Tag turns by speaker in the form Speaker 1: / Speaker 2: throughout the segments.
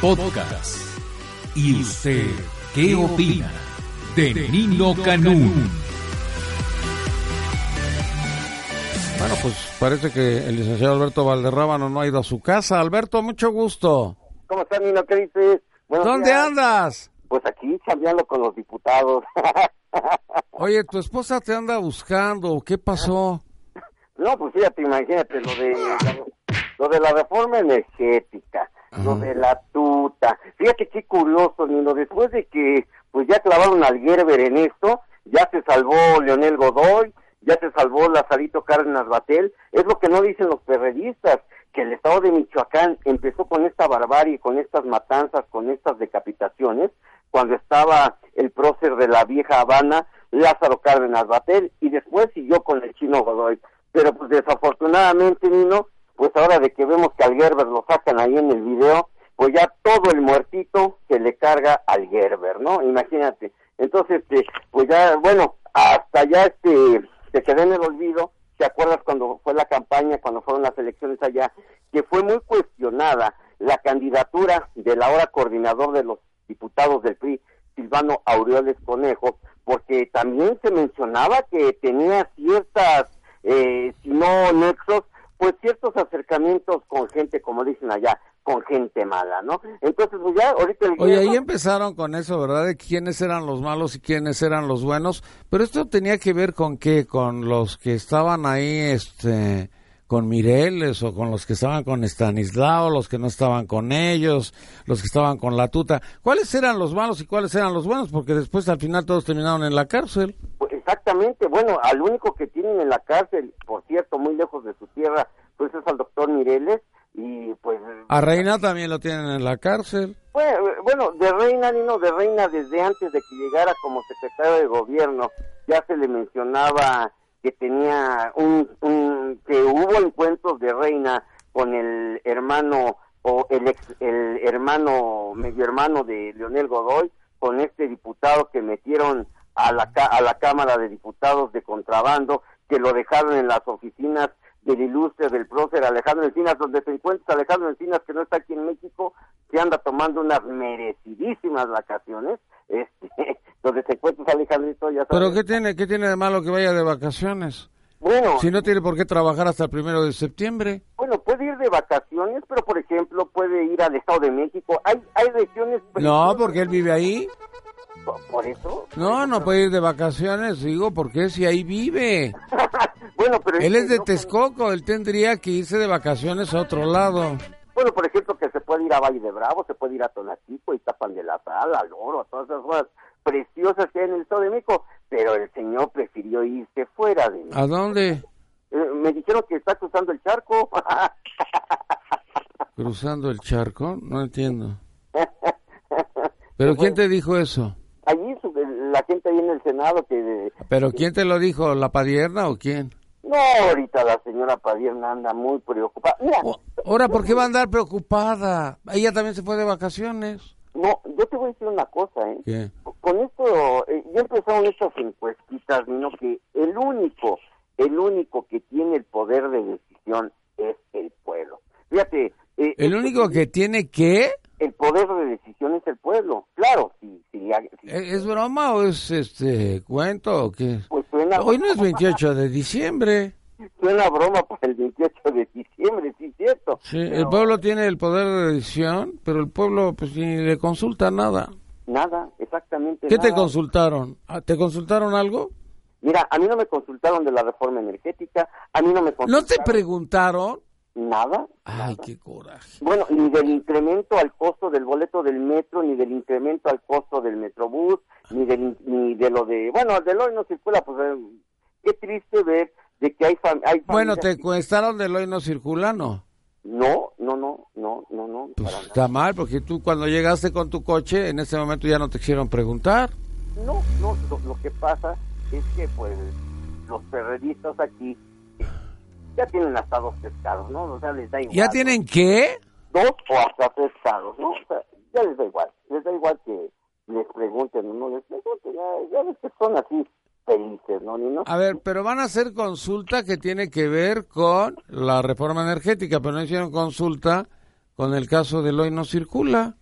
Speaker 1: Podcast. ¿Y usted qué opina de Nino Canún?
Speaker 2: Bueno, pues parece que el licenciado Alberto Valderrábano no ha ido a su casa. Alberto, mucho gusto.
Speaker 3: ¿Cómo estás, Nino? ¿Qué dices? Buenos
Speaker 2: ¿Dónde
Speaker 3: días.
Speaker 2: andas?
Speaker 3: Pues aquí cambiando con los diputados.
Speaker 2: Oye, tu esposa te anda buscando. ¿Qué pasó?
Speaker 3: no, pues fíjate, imagínate lo de lo de la reforma energética, lo de la tuta. Fíjate qué curioso, Nino. Después de que pues ya clavaron al Gerber en esto, ya se salvó Leonel Godoy, ya se salvó Lazarito Cárdenas Batel. Es lo que no dicen los perredistas que el estado de Michoacán empezó con esta barbarie, con estas matanzas, con estas decapitaciones, cuando estaba el prócer de la vieja Habana, Lázaro Cárdenas Batel, y después siguió con el chino Godoy. Pero pues desafortunadamente, Nino, pues ahora de que vemos que al Gerber lo sacan ahí en el video, pues ya todo el muertito se le carga al Gerber, ¿no? Imagínate. Entonces, este, pues ya, bueno, hasta ya este, se quedó en el olvido ¿Te acuerdas cuando fue la campaña, cuando fueron las elecciones allá, que fue muy cuestionada la candidatura del ahora coordinador de los diputados del PRI, Silvano Aureoles Conejo, porque también se mencionaba que tenía ciertas, eh, si no nexos, pues ciertos acercamientos con gente, como dicen allá, con gente mala, ¿no? Entonces, pues ya, ahorita... El
Speaker 2: Oye,
Speaker 3: gobierno-
Speaker 2: ahí empezaron con eso, ¿verdad? De quiénes eran los malos y quiénes eran los buenos. Pero esto tenía que ver con qué? Con los que estaban ahí, este, con Mireles o con los que estaban con Estanislao, los que no estaban con ellos, los que estaban con la tuta. ¿Cuáles eran los malos y cuáles eran los buenos? Porque después al final todos terminaron en la cárcel.
Speaker 3: Pues exactamente, bueno, al único que tienen en la cárcel, por cierto, muy lejos de su tierra, pues es al doctor Mireles, y pues...
Speaker 2: A Reina también lo tienen en la cárcel.
Speaker 3: Bueno, Pues, bueno, de Reina, Nino, de Reina desde antes de que llegara como secretario de gobierno, ya se le mencionaba que tenía un, un- que hubo encuentros de Reina con el hermano o el ex, el hermano medio hermano de Leonel Godoy con este diputado que metieron a la ca- a la Cámara de Diputados de contrabando que lo dejaron en las oficinas del ilustre, del prócer Alejandro Encinas, donde te encuentras Alejandro Encinas, que no está aquí en México, que anda tomando unas merecidísimas vacaciones, este, donde te encuentras Alejandrito, ya sabes.
Speaker 2: Pero ¿qué tiene, qué tiene de malo que vaya de vacaciones?
Speaker 3: Bueno,
Speaker 2: Si no tiene por qué trabajar hasta el primero de septiembre.
Speaker 3: bueno, puede ir de vacaciones, pero por ejemplo puede ir al Estado de México. Hay, hay regiones...
Speaker 2: No, porque él vive ahí.
Speaker 3: Por- Por eso...
Speaker 2: No, no puede ir de vacaciones, digo, porque si ahí vive.
Speaker 3: bueno, pero... este
Speaker 2: Él es de
Speaker 3: no-
Speaker 2: Texcoco, él tendría que irse de vacaciones a otro lado.
Speaker 3: Bueno, por ejemplo, que se puede ir a Valle de Bravo, se puede ir a Tonatico y Tapan de la Sal, al Oro, a todas esas cosas preciosas que hay en el Estado de México, pero el señor prefirió irse fuera de México.
Speaker 2: ¿A dónde?
Speaker 3: Eh, me dijeron que está cruzando el charco.
Speaker 2: ¿Cruzando el charco? No entiendo. ¿Pero quién te dijo eso?
Speaker 3: Allí su- la gente ahí en el Senado que... de-
Speaker 2: ¿Pero quién te lo dijo? ¿La padierna o quién?
Speaker 3: no, ahorita la señora Padierna anda muy preocupada. Mira,
Speaker 2: O- Ahora, ¿por qué va a andar preocupada? Ella también se fue de vacaciones.
Speaker 3: no, yo te voy a decir una cosa, ¿eh?
Speaker 2: ¿Qué?
Speaker 3: con esto, eh, ya empezaron estas encuestitas, Nino, que el único, el único que tiene el poder de decisión es el pueblo. Fíjate, eh,
Speaker 2: ¿El único que tiene que...
Speaker 3: el poder de decisión es el pueblo. Claro, si, si, si-
Speaker 2: ¿E, Eh, ¿Es broma o es este cuento o qué?
Speaker 3: pues suena,
Speaker 2: Hoy no es 28 de diciembre.
Speaker 3: suena broma para el 28 de diciembre, sí, cierto.
Speaker 2: Sí, el
Speaker 3: pero
Speaker 2: pueblo tiene el poder de decisión, pero el pueblo pues ni le consulta nada.
Speaker 3: Nada, exactamente
Speaker 2: ¿Qué te
Speaker 3: nada.
Speaker 2: consultaron? Ah, ¿Te consultaron algo?
Speaker 3: Mira, a mí no me consultaron de la reforma energética, a mí no
Speaker 2: ¿No
Speaker 3: me
Speaker 2: te
Speaker 3: consultaron
Speaker 2: preguntaron?
Speaker 3: nada,
Speaker 2: Ay, qué coraje.
Speaker 3: Bueno, ni del incremento al costo del boleto del metro, ni del incremento al costo del metrobús, ni, del, ni de lo de... Bueno, del hoy no circula, pues eh, qué triste ver de que hay, fam- hay
Speaker 2: Bueno,
Speaker 3: familias
Speaker 2: te
Speaker 3: que-
Speaker 2: contestaron del hoy no circula, ¿no?
Speaker 3: No, no, no, no, no, no.
Speaker 2: Pues
Speaker 3: para
Speaker 2: está mal, porque tú cuando llegaste con tu coche, en ese momento ya no te quisieron preguntar.
Speaker 3: nada. No, no, lo, lo que pasa es que pues los perredistas aquí eh, ya tienen hasta dos pescados, ¿no? O sea, les da igual.
Speaker 2: ¿Ya
Speaker 3: ¿no?
Speaker 2: tienen qué?
Speaker 3: dos o hasta tres carros, ¿no? O sea, ya les da igual, les da igual que les pregunten o no les pregunten, ya, ya ves que son así felices, ¿no, Nino?
Speaker 2: A ver, pero van a hacer consulta que tiene que ver con la reforma energética, pero no hicieron consulta con el caso del hoy no circula.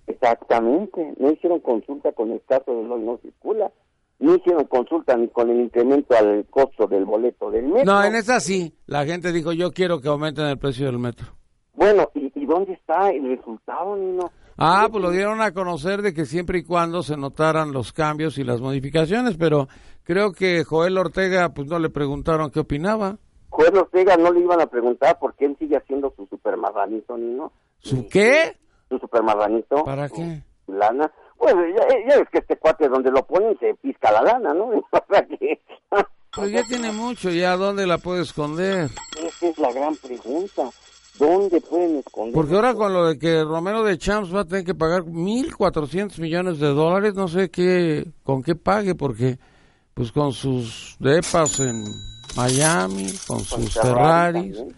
Speaker 3: Exactamente, no hicieron consulta con el caso del hoy no circula, no hicieron consulta ni con el incremento al costo del boleto del metro.
Speaker 2: No, en esa sí, la gente dijo yo quiero que aumenten el precio del metro.
Speaker 3: Bueno, ¿y, y dónde está el resultado, Nino?
Speaker 2: Ah, pues lo dieron a conocer de que siempre y cuando se notaran los cambios y las modificaciones, pero creo que Joel Ortega pues no le preguntaron qué opinaba.
Speaker 3: Joel Ortega no le iban a preguntar porque él sigue haciendo su supermarranito, Nino.
Speaker 2: ¿Su qué?
Speaker 3: Su supermarranito.
Speaker 2: ¿Para qué?
Speaker 3: Su lana. Bueno, ya, ya es que este cuate donde lo ponen se pisca la lana, ¿no? O sea que-
Speaker 2: Pues ya tiene mucho, ya dónde la puede esconder.
Speaker 3: Esa es la gran pregunta. ¿Dónde pueden esconder?
Speaker 2: Porque ahora con lo de que Romero de Champs va a tener que pagar 1.400 millones de dólares, no sé qué, con qué pague, porque pues con sus depas en Miami, con
Speaker 3: Con
Speaker 2: sus
Speaker 3: Ferrari
Speaker 2: Ferraris,
Speaker 3: también,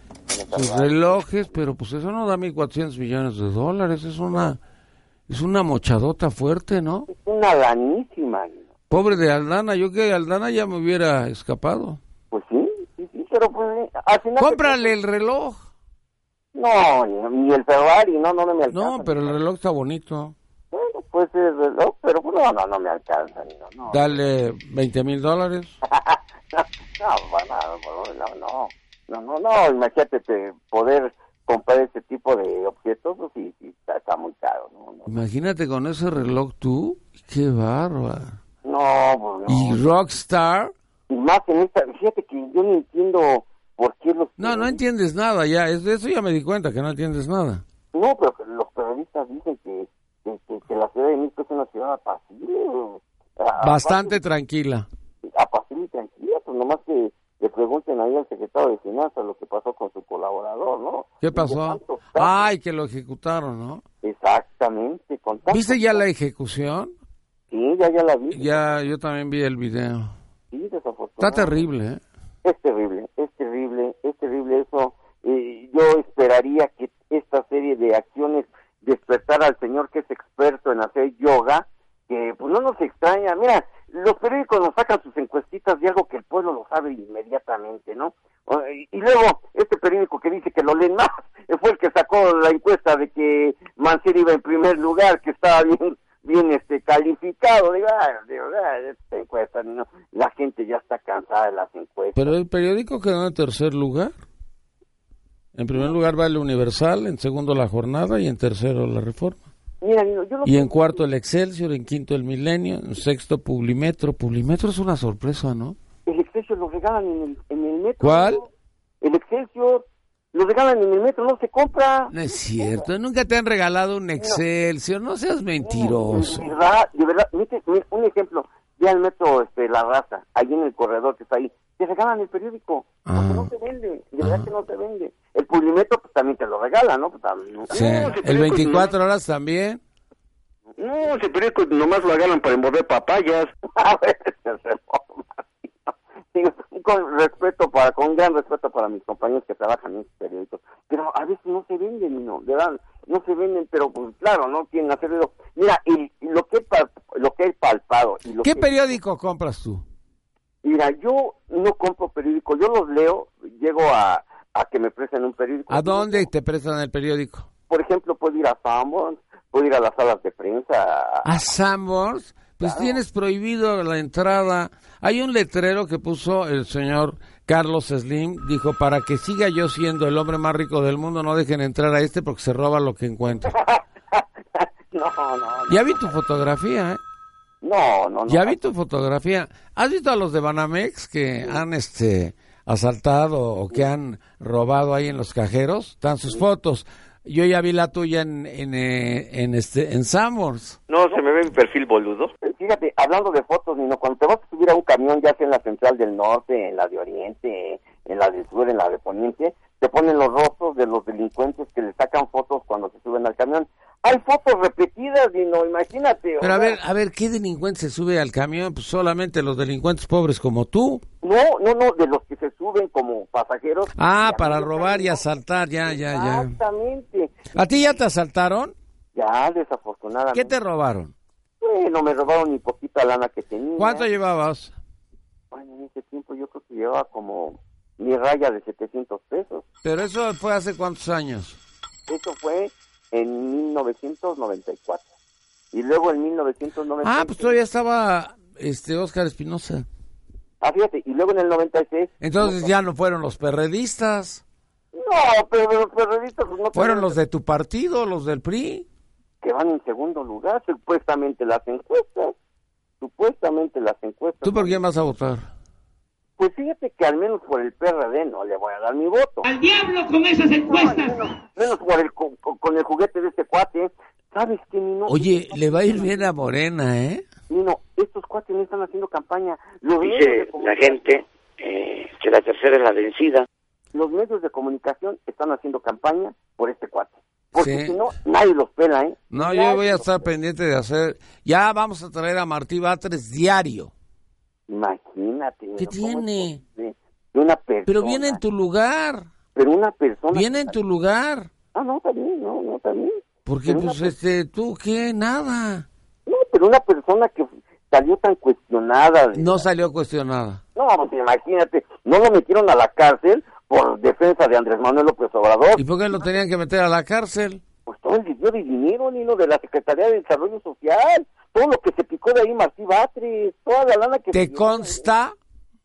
Speaker 3: con
Speaker 2: sus
Speaker 3: Ferrari.
Speaker 2: relojes, pero pues eso no da 1.400 millones de dólares, es una es una mochadota fuerte, ¿no?
Speaker 3: Es una lanísima. Nino.
Speaker 2: Pobre de Aldana, yo que Aldana ya me hubiera escapado.
Speaker 3: Pues sí, sí, sí, pero pues eh, al final...
Speaker 2: Cómprale el reloj.
Speaker 3: No, ni, ni el Ferrari, no, no, no me alcanza.
Speaker 2: No, pero el reloj está bonito.
Speaker 3: Bueno, pues es reloj, pero pues, no, no, no me alcanza, Nino, no.
Speaker 2: Dale 20 mil dólares.
Speaker 3: No, bueno, no, no, no, no, no, imagínate te- poder comprar ese tipo de objetos, pues sí, sí, está, está muy caro, no, no,
Speaker 2: Imagínate con ese reloj tú, qué bárbaro.
Speaker 3: no, pues no.
Speaker 2: Y Rockstar,
Speaker 3: Y más en esta, fíjate que yo no entiendo por qué los...
Speaker 2: no, no
Speaker 3: periodistas-
Speaker 2: entiendes nada ya, es- de eso ya me di cuenta que no entiendes nada.
Speaker 3: No, pero que los periodistas dicen que, que, que- que la Ciudad de México es una ciudad apacible.
Speaker 2: Ah,
Speaker 3: a-
Speaker 2: Bastante tranquila.
Speaker 3: Apacible y tranquila, pues nomás que le pregunten ahí al secretario de Finanzas lo que pasó con su colaborador, ¿no?
Speaker 2: ¿Qué
Speaker 3: Dice,
Speaker 2: pasó? Ah,
Speaker 3: "Tantos casos".
Speaker 2: Ay, que lo ejecutaron, ¿no?
Speaker 3: Exactamente, con tantos
Speaker 2: ¿Viste ya la
Speaker 3: casos.
Speaker 2: ejecución?
Speaker 3: Sí, ya, ya la vi.
Speaker 2: Ya, yo también vi el video.
Speaker 3: Sí, desafortunadamente.
Speaker 2: Está terrible, ¿eh?
Speaker 3: Es terrible, es terrible, es terrible eso. Eh, yo esperaría que esta serie de acciones despertara al señor que es experto en hacer yoga, que pues no nos extraña. Mira, los periódicos nos sacan sus encuestitas de algo que el pueblo lo sabe inmediatamente, ¿no? O- Y y luego, este periódico que dice que lo leen más, eh, fue el que sacó la encuesta de que Mancini iba en primer lugar, que estaba bien bien este calificado, digo, ah, digo, ah, esta encuesta, no. la gente ya está cansada de las encuestas.
Speaker 2: Pero el periódico quedó en tercer lugar. En primer lugar va el Universal, en segundo la Jornada y en tercero la Reforma.
Speaker 3: Mira, Nino, yo lo
Speaker 2: Y en cuarto el Excelsior, en quinto el Milenio, en sexto Publimetro. Publimetro es una sorpresa, ¿no?
Speaker 3: el Excelsior lo regalan en el, en el metro.
Speaker 2: ¿Cuál?
Speaker 3: ¿no? El Excelsior lo regalan en el metro, no se compra.
Speaker 2: No es cierto, nunca te han regalado un Excelsior, no seas mentiroso.
Speaker 3: De verdad, de verdad, mire, mire, un ejemplo, ve al metro este, La Raza, ahí en el corredor que está ahí, te regalan el periódico, porque
Speaker 2: Ah.
Speaker 3: no se vende, de verdad que no se vende. El Publimetro pues, también te lo regala, ¿no? Pues, también-
Speaker 2: Sí,
Speaker 3: No, ese
Speaker 2: el
Speaker 3: periódico
Speaker 2: 24 horas también.
Speaker 3: nomás- No, ese periódico nomás lo regalan para envolver papayas. A ver, se reforma. Digo, con respeto para, con gran respeto para mis compañeros que trabajan en estos periódicos, pero a veces no se venden, no, de verdad, no se venden, pero pues, claro, no quieren hacerlo. Mira, y, y lo que he pal- lo que he palpado y lo
Speaker 2: ¿Qué
Speaker 3: que-
Speaker 2: periódico compras tú?
Speaker 3: mira, yo no compro periódicos, yo los leo, llego a, a que me presten un periódico.
Speaker 2: ¿A dónde te prestan el periódico?
Speaker 3: Por ejemplo, puedo ir a Sanborns, puedo ir a las salas de prensa.
Speaker 2: ¿A Sanborns? Pues tienes prohibido la entrada. Hay un letrero que puso el señor Carlos Slim, dijo, para que siga yo siendo el hombre más rico del mundo, no dejen entrar a este porque se roba lo que encuentra.
Speaker 3: no, no, no,
Speaker 2: Ya vi tu fotografía, ¿eh?
Speaker 3: no, no, no.
Speaker 2: Ya vi tu fotografía. ¿Has visto a los de Banamex que han este asaltado o que han robado ahí en los cajeros? Están sus fotos. Yo ya vi la tuya en, en, eh, en este en Sanborns.
Speaker 4: No, se me ve mi perfil boludo.
Speaker 3: Eh, Fíjate, hablando de fotos, Nino, cuando te vas a subir a un camión, ya sea en la central del norte, en la de oriente, en la del sur, en la de poniente, te ponen los rostros de los delincuentes que le sacan fotos cuando se suben al camión. Hay fotos repetidas, Nino, imagínate. o
Speaker 2: Pero a
Speaker 3: sea,
Speaker 2: ver, a ver, ¿qué delincuente se sube al camión? Pues solamente los delincuentes pobres como tú.
Speaker 3: No, no, no, de los que se suben como pasajeros.
Speaker 2: Ah,
Speaker 3: Y a
Speaker 2: para
Speaker 3: mí-
Speaker 2: robar y asaltar, ya, ya, ya.
Speaker 3: Exactamente.
Speaker 2: ¿A ti ya te asaltaron?
Speaker 3: Ya,
Speaker 2: ¿Qué
Speaker 3: desafortunadamente.
Speaker 2: te robaron?
Speaker 3: Bueno, me robaron mi poquita lana que tenía.
Speaker 2: ¿Cuánto llevabas?
Speaker 3: Bueno, en ese tiempo yo creo que llevaba como mi raya de 700 pesos.
Speaker 2: Pero eso fue hace cuántos años.
Speaker 3: Eso fue en 1994. y luego en 1996.
Speaker 2: Ah, pues todavía estaba este Óscar Espinosa.
Speaker 3: Ah, fíjate, y luego en el 96.
Speaker 2: Entonces ya no fueron los perredistas,
Speaker 3: No, pero los periodistas pues, no
Speaker 2: fueron
Speaker 3: tenían-
Speaker 2: los de tu partido, los del PRI.
Speaker 3: que van en segundo lugar, supuestamente las encuestas. Supuestamente las encuestas.
Speaker 2: ¿Tú por quién vas a votar?
Speaker 3: Pues fíjate que al menos por el PRD no le voy a dar mi voto.
Speaker 5: Al diablo con esas encuestas.
Speaker 3: Menos por el, con, con- con el juguete de este cuate. ¿Sabes qué, Nino?
Speaker 2: Oye, le va a ir bien a Morena, ¿eh?
Speaker 3: Nino, estos cuates no están haciendo campaña. Los medios
Speaker 4: Dice
Speaker 3: de
Speaker 4: la
Speaker 3: comunicación-
Speaker 4: gente eh, que la tercera es la vencida.
Speaker 3: los medios de comunicación están haciendo campaña por este cuate. Porque
Speaker 2: Sí.
Speaker 3: si no, nadie los pela, ¿eh?
Speaker 2: No,
Speaker 3: Nadie
Speaker 2: yo voy a
Speaker 3: los
Speaker 2: estar
Speaker 3: pela.
Speaker 2: pendiente de hacer... Ya vamos a traer a Martí Batres diario. ¿Qué
Speaker 3: Imagínate. Nino, cómo es
Speaker 2: tiene?
Speaker 3: posible De una persona.
Speaker 2: Pero viene en tu lugar,
Speaker 3: Pero una persona.
Speaker 2: viene en tu lugar.
Speaker 3: Ah, no, también, no, no, también.
Speaker 2: Porque
Speaker 3: Pero una
Speaker 2: pues
Speaker 3: per-
Speaker 2: este, tú qué, nada.
Speaker 3: No, pero una persona que salió tan cuestionada. de-
Speaker 2: No salió cuestionada.
Speaker 3: No, pues imagínate, no lo metieron a la cárcel por defensa de Andrés Manuel López Obrador.
Speaker 2: ¿Y por qué lo tenían que meter a la cárcel?
Speaker 3: Pues todo el dinero de dinero, Nino, de la Secretaría de Desarrollo Social. Todo lo que se picó de ahí Martí Batres, toda la lana que...
Speaker 2: ¿Te
Speaker 3: se-
Speaker 2: consta?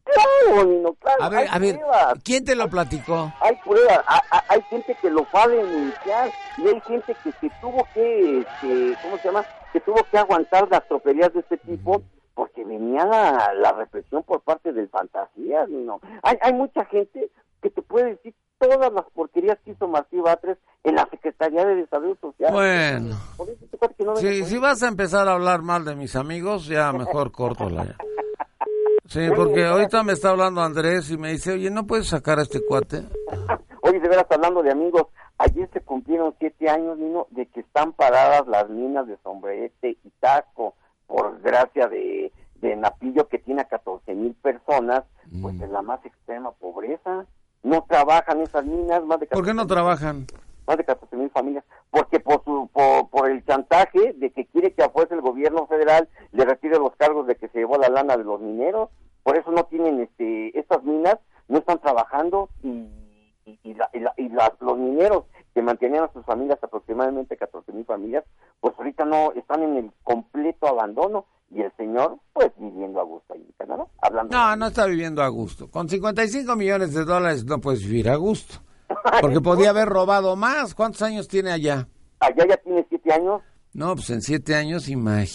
Speaker 3: Claro, Nino, claro.
Speaker 2: A ver,
Speaker 3: hay
Speaker 2: a ver,
Speaker 3: pruebas.
Speaker 2: ¿quién te lo platicó?
Speaker 3: Hay pruebas, ha- ha- hay gente que lo va a denunciar y hay gente que se tuvo que, este, ¿cómo se llama? Que tuvo que aguantar las tropelías de este tipo porque venía la, la represión por parte del fantasía, ¿no? Hay, hay mucha gente que te puede decir todas las porquerías que hizo Martí Batres en la Secretaría de Desarrollo Social.
Speaker 2: Bueno,
Speaker 3: Por eso este cuate que no venga
Speaker 2: si,
Speaker 3: con-
Speaker 2: si vas a empezar a hablar mal de mis amigos, ya mejor corto la Sí, porque ahorita me está hablando Andrés y me dice, oye, ¿no puedes sacar a este cuate?
Speaker 3: Oye, de veras, hablando de amigos, ayer se cumplieron siete años, Nino, de que están paradas las minas de Sombrerete y Taco, por gracia de, de Napillo, que tiene a 14 mil personas, pues
Speaker 2: Mm.
Speaker 3: en la más extrema pobreza. No trabajan esas minas, más de
Speaker 2: ¿Por qué no
Speaker 3: 14,000
Speaker 2: trabajan?
Speaker 3: más de 14 mil familias, porque por, su, por, por el chantaje de que quiere que a fuerza el gobierno federal le retire los cargos de que se llevó la lana de los mineros, por eso no tienen este, estas minas, no están trabajando y, y, y la- y la- y las- los mineros que mantenían a sus familias, aproximadamente 14 mil familias, pues ahorita no están en el completo abandono y el señor pues viviendo a gusto ahí en Canadá, hablando.
Speaker 2: No, no está viviendo a gusto. Con 55 millones de dólares no puedes vivir a gusto. Porque podía haber robado más. ¿Cuántos años tiene allá?
Speaker 3: Allá ya tiene siete años,
Speaker 2: No, pues en siete años,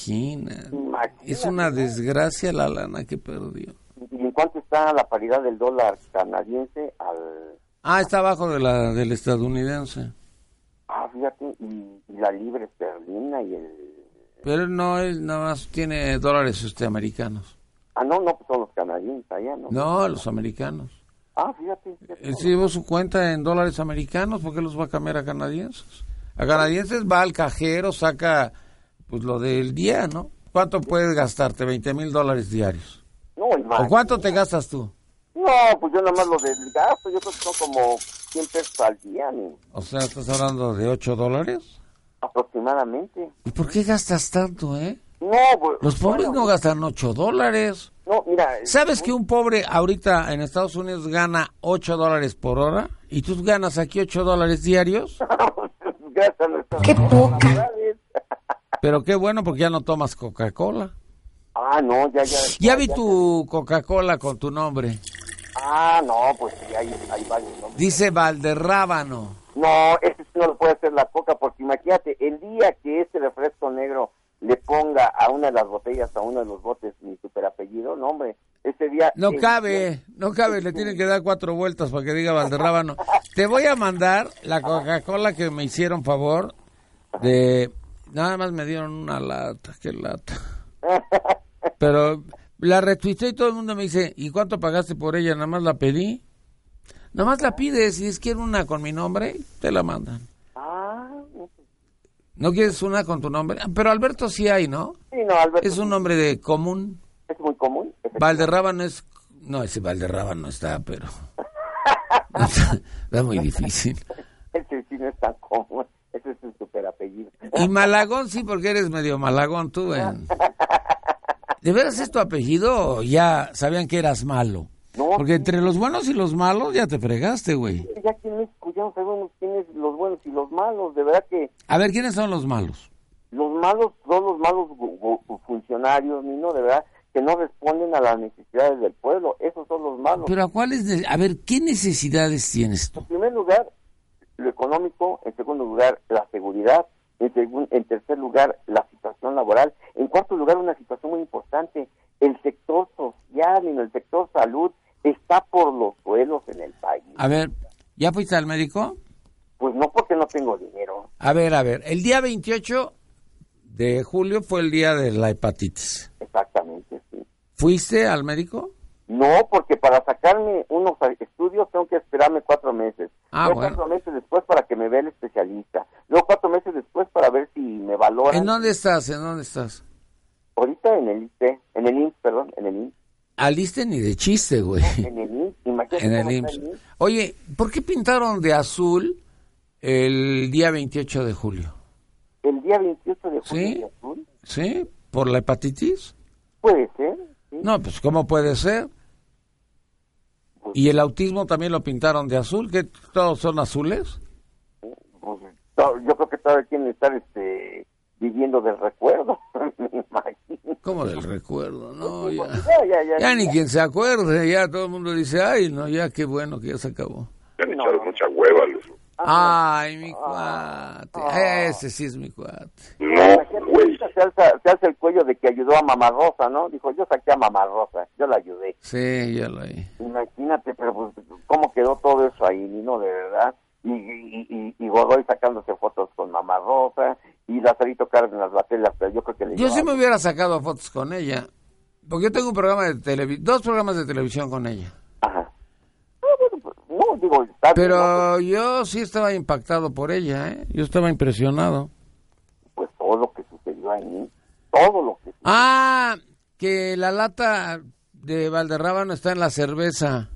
Speaker 2: imagina.
Speaker 3: Imagínate.
Speaker 2: Es una desgracia la lana que perdió.
Speaker 3: y en cuanto está la paridad del dólar canadiense al
Speaker 2: Ah, está abajo de la del estadounidense.
Speaker 3: Ah, fíjate, y, y la libre esterlina y el...
Speaker 2: Pero no, él nada más tiene dólares este, americanos.
Speaker 3: Ah, no, no, pues son los canadienses allá, ¿no?
Speaker 2: No, Eh, los americanos.
Speaker 3: Ah, fíjate. fíjate.
Speaker 2: Él se llevó su cuenta en dólares americanos, ¿por qué los va a cambiar a canadienses? A canadienses va al cajero, saca pues lo del día, ¿no? ¿Cuánto puedes gastarte? 20 mil dólares diarios.
Speaker 3: No,
Speaker 2: ¿O
Speaker 3: imagínate.
Speaker 2: cuánto te gastas tú?
Speaker 3: No, pues yo nada más lo del gasto, yo creo que son como 100 pesos al día, ¿no?
Speaker 2: O sea, estás hablando de 8 dólares.
Speaker 3: aproximadamente.
Speaker 2: ¿Y por qué gastas tanto, eh?
Speaker 3: No, pues...
Speaker 2: Los pobres no
Speaker 3: bueno,
Speaker 2: gastan 8 dólares.
Speaker 3: No, mira...
Speaker 2: ¿Sabes que un pobre ahorita en Estados Unidos gana 8 dólares por hora? ¿Y tú ganas aquí 8 dólares diarios?
Speaker 3: Gracias a nuestras... ¡Qué poca!
Speaker 2: Pero qué bueno porque ya no tomas Coca-Cola.
Speaker 3: Ah, no, ya, ya...
Speaker 2: Ya vi tu Coca-Cola con tu nombre.
Speaker 3: Ah, no, pues sí, hay, hay varios, ¿no?
Speaker 2: Dice Valderrábano.
Speaker 3: No, ese sí no lo puede hacer la coca, porque imagínate, el día que ese refresco negro le ponga a una de las botellas, a uno de los botes, mi superapellido, no, hombre, ese día...
Speaker 2: No
Speaker 3: el-
Speaker 2: cabe, no cabe, le tienen que dar cuatro vueltas para que diga Valderrábano. Te voy a mandar la Coca-Cola que me hicieron favor de... Nada más me dieron una lata, qué lata. Pero la retuiteé y todo el mundo me dice, ¿y cuánto pagaste por ella? Nada más la pedí. Nada más la pides y es que era una con mi nombre, te la mandan.
Speaker 3: Ah,
Speaker 2: ¿No quieres una con tu nombre? Ah, Pero Alberto sí hay, ¿no?
Speaker 3: sí, no, Alberto,
Speaker 2: Es un nombre de común.
Speaker 3: es muy común. efectivamente.
Speaker 2: Valderrábano es... No, ese Valderrábano está, pero... Está muy difícil.
Speaker 3: Ese sí no es tan común, ese es un superapellido.
Speaker 2: Y Malagón sí, porque eres medio Malagón tú. en- ¿De veras es tu apellido o ya sabían que eras malo?
Speaker 3: No.
Speaker 2: Porque entre los buenos y los malos ya te fregaste, güey.
Speaker 3: Ya aquí en México ya no sabemos quiénes los buenos y los malos, de verdad que
Speaker 2: A ver, ¿quiénes son los malos?
Speaker 3: los malos son los malos gu- gu- funcionarios, Nino, de verdad, que no responden a las necesidades del pueblo. Esos son los malos.
Speaker 6: Pero a cuáles, ne- a ver, ¿qué necesidades tienes tú?
Speaker 3: En primer lugar, lo económico. En segundo lugar, la seguridad. En, segun- en tercer lugar, la situación laboral. En cuarto lugar, una situación muy importante. El sector social, Nino, el sector salud está por los suelos en el país.
Speaker 2: Ah.
Speaker 6: A ver, ¿ya fuiste al médico?
Speaker 3: Pues no porque no tengo dinero.
Speaker 2: A ver, a ver, el día 28 de julio fue el día de la hepatitis.
Speaker 3: Exactamente, sí.
Speaker 2: ¿Fuiste al médico?
Speaker 3: No, porque para sacarme unos estudios tengo que esperarme cuatro meses.
Speaker 2: Ah,
Speaker 3: Luego
Speaker 2: bueno.
Speaker 3: Cuatro meses después para que me vea el especialista. Luego cuatro meses después para ver si me valoran.
Speaker 2: ¿En dónde estás? ¿En dónde estás?
Speaker 3: Ahorita en el INSS, en el INSS, perdón, en el INSS.
Speaker 2: Aliste ni de chiste, güey.
Speaker 3: En el INSS, imagínate.
Speaker 2: En el
Speaker 3: cómo está
Speaker 2: IMSS. Oye, ¿por qué pintaron de azul el día 28 de julio?
Speaker 3: El día 28 de julio.
Speaker 2: Sí.
Speaker 3: de azul.
Speaker 2: ¿Sí? ¿Por la hepatitis?
Speaker 3: Puede ser. sí.
Speaker 2: No, pues ¿cómo puede ser? ¿Y el autismo también lo pintaron de azul? ¿Que todos son azules?
Speaker 3: Pues, to- yo creo que todavía quieren estar este, viviendo del recuerdo. me imagino.
Speaker 2: Como del recuerdo, ¿no?
Speaker 3: Pues,
Speaker 2: Ya,
Speaker 3: Ya, ya, ya,
Speaker 2: ya ni
Speaker 3: ya.
Speaker 2: quien se acuerde, ya todo el mundo dice, ay, no, ya qué bueno que ya se acabó.
Speaker 7: Le han echado mucha hueva. los-
Speaker 2: Ay, mi cuate, ese sí es mi cuate.
Speaker 7: No,
Speaker 3: Imagínate,
Speaker 7: güey.
Speaker 3: ahorita Se alza, se alza el cuello de que ayudó a Mamá Rosa, ¿no? Dijo, yo saqué a Mamá Rosa, yo la ayudé.
Speaker 2: Sí, ya lo hay.
Speaker 3: Imagínate, pero pues, cómo quedó todo eso ahí, Nino, de verdad. Y, y, y, y Godoy sacándose fotos con Mamá Rosa, y Lazarito Cárdenas la tele, pero yo creo que le
Speaker 2: Yo sí
Speaker 3: llevaba-
Speaker 2: me hubiera sacado fotos con ella, porque yo tengo un programa de televisión, dos programas de televisión con ella.
Speaker 3: Ajá. No, bueno, pues, no, digo, está bien, ¿no?
Speaker 2: Pero yo sí estaba impactado por ella, ¿eh? Yo estaba impresionado.
Speaker 3: Pues todo lo que sucedió ahí, todo lo que...
Speaker 2: Ah, que la lata de Valderrama no está en la cerveza.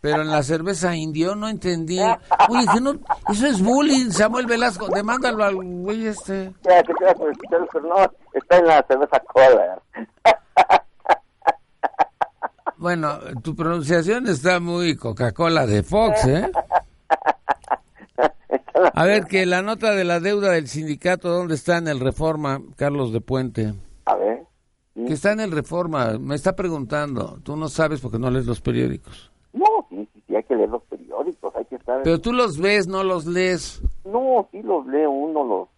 Speaker 2: Pero en la cerveza indio no entendí. Oye, que no, eso es bullying, Samuel Velasco. Demándalo al güey este.
Speaker 3: Ya, te quedas con el chicharro, pero no, está en la cerveza cola.
Speaker 2: Bueno, tu pronunciación está muy Coca-Cola de Fox, ¿eh? A ver, que la nota de la deuda del sindicato, ¿dónde está en el Reforma, Carlos de Puente?
Speaker 3: A ver,
Speaker 2: Que está en el Reforma, me está preguntando. Tú no sabes porque no lees los periódicos.
Speaker 3: no, sí, sí, sí, hay que leer los periódicos, hay que estar...
Speaker 2: Pero tú los ves, no los lees.
Speaker 3: No, sí los lee uno, los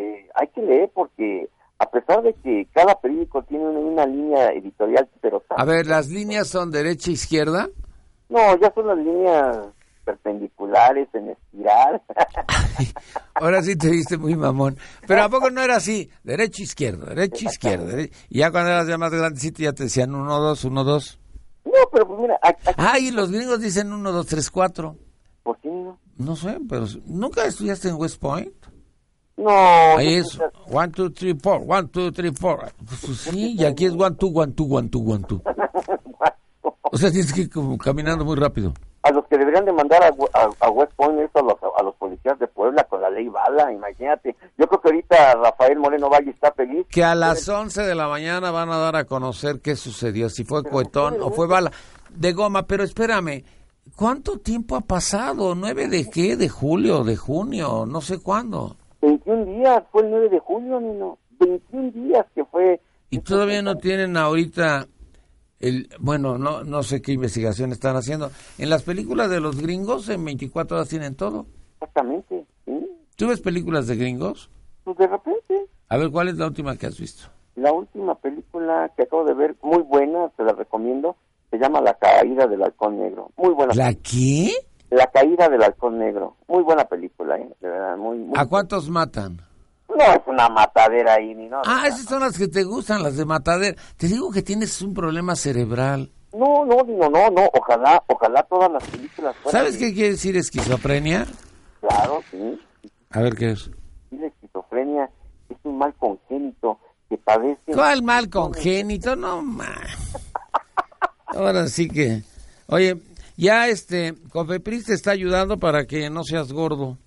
Speaker 3: eh, hay que leer porque a pesar de que cada periódico tiene una, una línea editorial, pero
Speaker 2: A ver, las líneas son derecha, e izquierda.
Speaker 3: no, ya son las líneas perpendiculares en espiral.
Speaker 2: Ahora sí te viste muy mamón. Pero ¿a poco no era así? Derecha, e izquierda, derecha, izquierda. dere- Y ya cuando eras ya más grandecito ya te decían uno, dos, uno, dos.
Speaker 3: no, pero pues mira, a- a-
Speaker 2: Ah, y los gringos dicen uno, dos, tres, cuatro.
Speaker 3: ¿por qué no?
Speaker 2: No sé, pero ¿nunca estudiaste en West Point?
Speaker 3: No,
Speaker 2: Ahí
Speaker 3: yo-
Speaker 2: es one, two, three, four, one, two, three, four. Pues sí, y aquí es one, two, one, two, one, two, one, two. O sea, tienes que ir como caminando muy rápido.
Speaker 3: a los que deberían de mandar a, We- a- a West Point eso a los, a los policías de Puebla con la ley bala, imagínate. Yo creo que ahorita Rafael Moreno Valle está feliz.
Speaker 2: Que a las 11 de la mañana van a dar a conocer qué sucedió, si fue cohetón o fue bala de goma. Pero espérame, ¿cuánto tiempo ha pasado? ¿Nueve de qué? ¿De julio? ¿De junio? No sé cuándo.
Speaker 3: 21 días, fue el 9 de julio, Nino. 21 días que fue...
Speaker 2: Y todavía no tienen ahorita el bueno, no no sé qué investigación están haciendo. En las películas de los gringos en 24 horas tienen todo.
Speaker 3: Exactamente, ¿sí?
Speaker 2: ¿Tú ves películas de gringos?
Speaker 3: Pues de repente,
Speaker 2: A ver, ¿cuál es la última que has visto?
Speaker 3: la última película que acabo de ver, muy buena, te la recomiendo, se llama La caída del halcón negro. Muy buena. La,
Speaker 2: ¿La qué?
Speaker 3: caída del halcón negro. Muy buena película, ¿eh? De verdad, muy... muy-
Speaker 2: ¿A cuántos matan?
Speaker 3: No es una matadera ahí, ni nada.
Speaker 2: Ah, esas son las que te gustan, las de matadera. Te digo que tienes un problema cerebral.
Speaker 3: No, no, no, no, no, ojalá, ojalá todas las películas fueran...
Speaker 2: ¿Sabes qué quiere decir esquizofrenia?
Speaker 3: Claro, sí.
Speaker 2: A ver qué es.
Speaker 3: Y la esquizofrenia es un mal congénito que padece...
Speaker 2: ¿Cuál mal congénito? No, ma. Ahora sí que. Oye, ya este. Cofepris te está ayudando para que no seas gordo.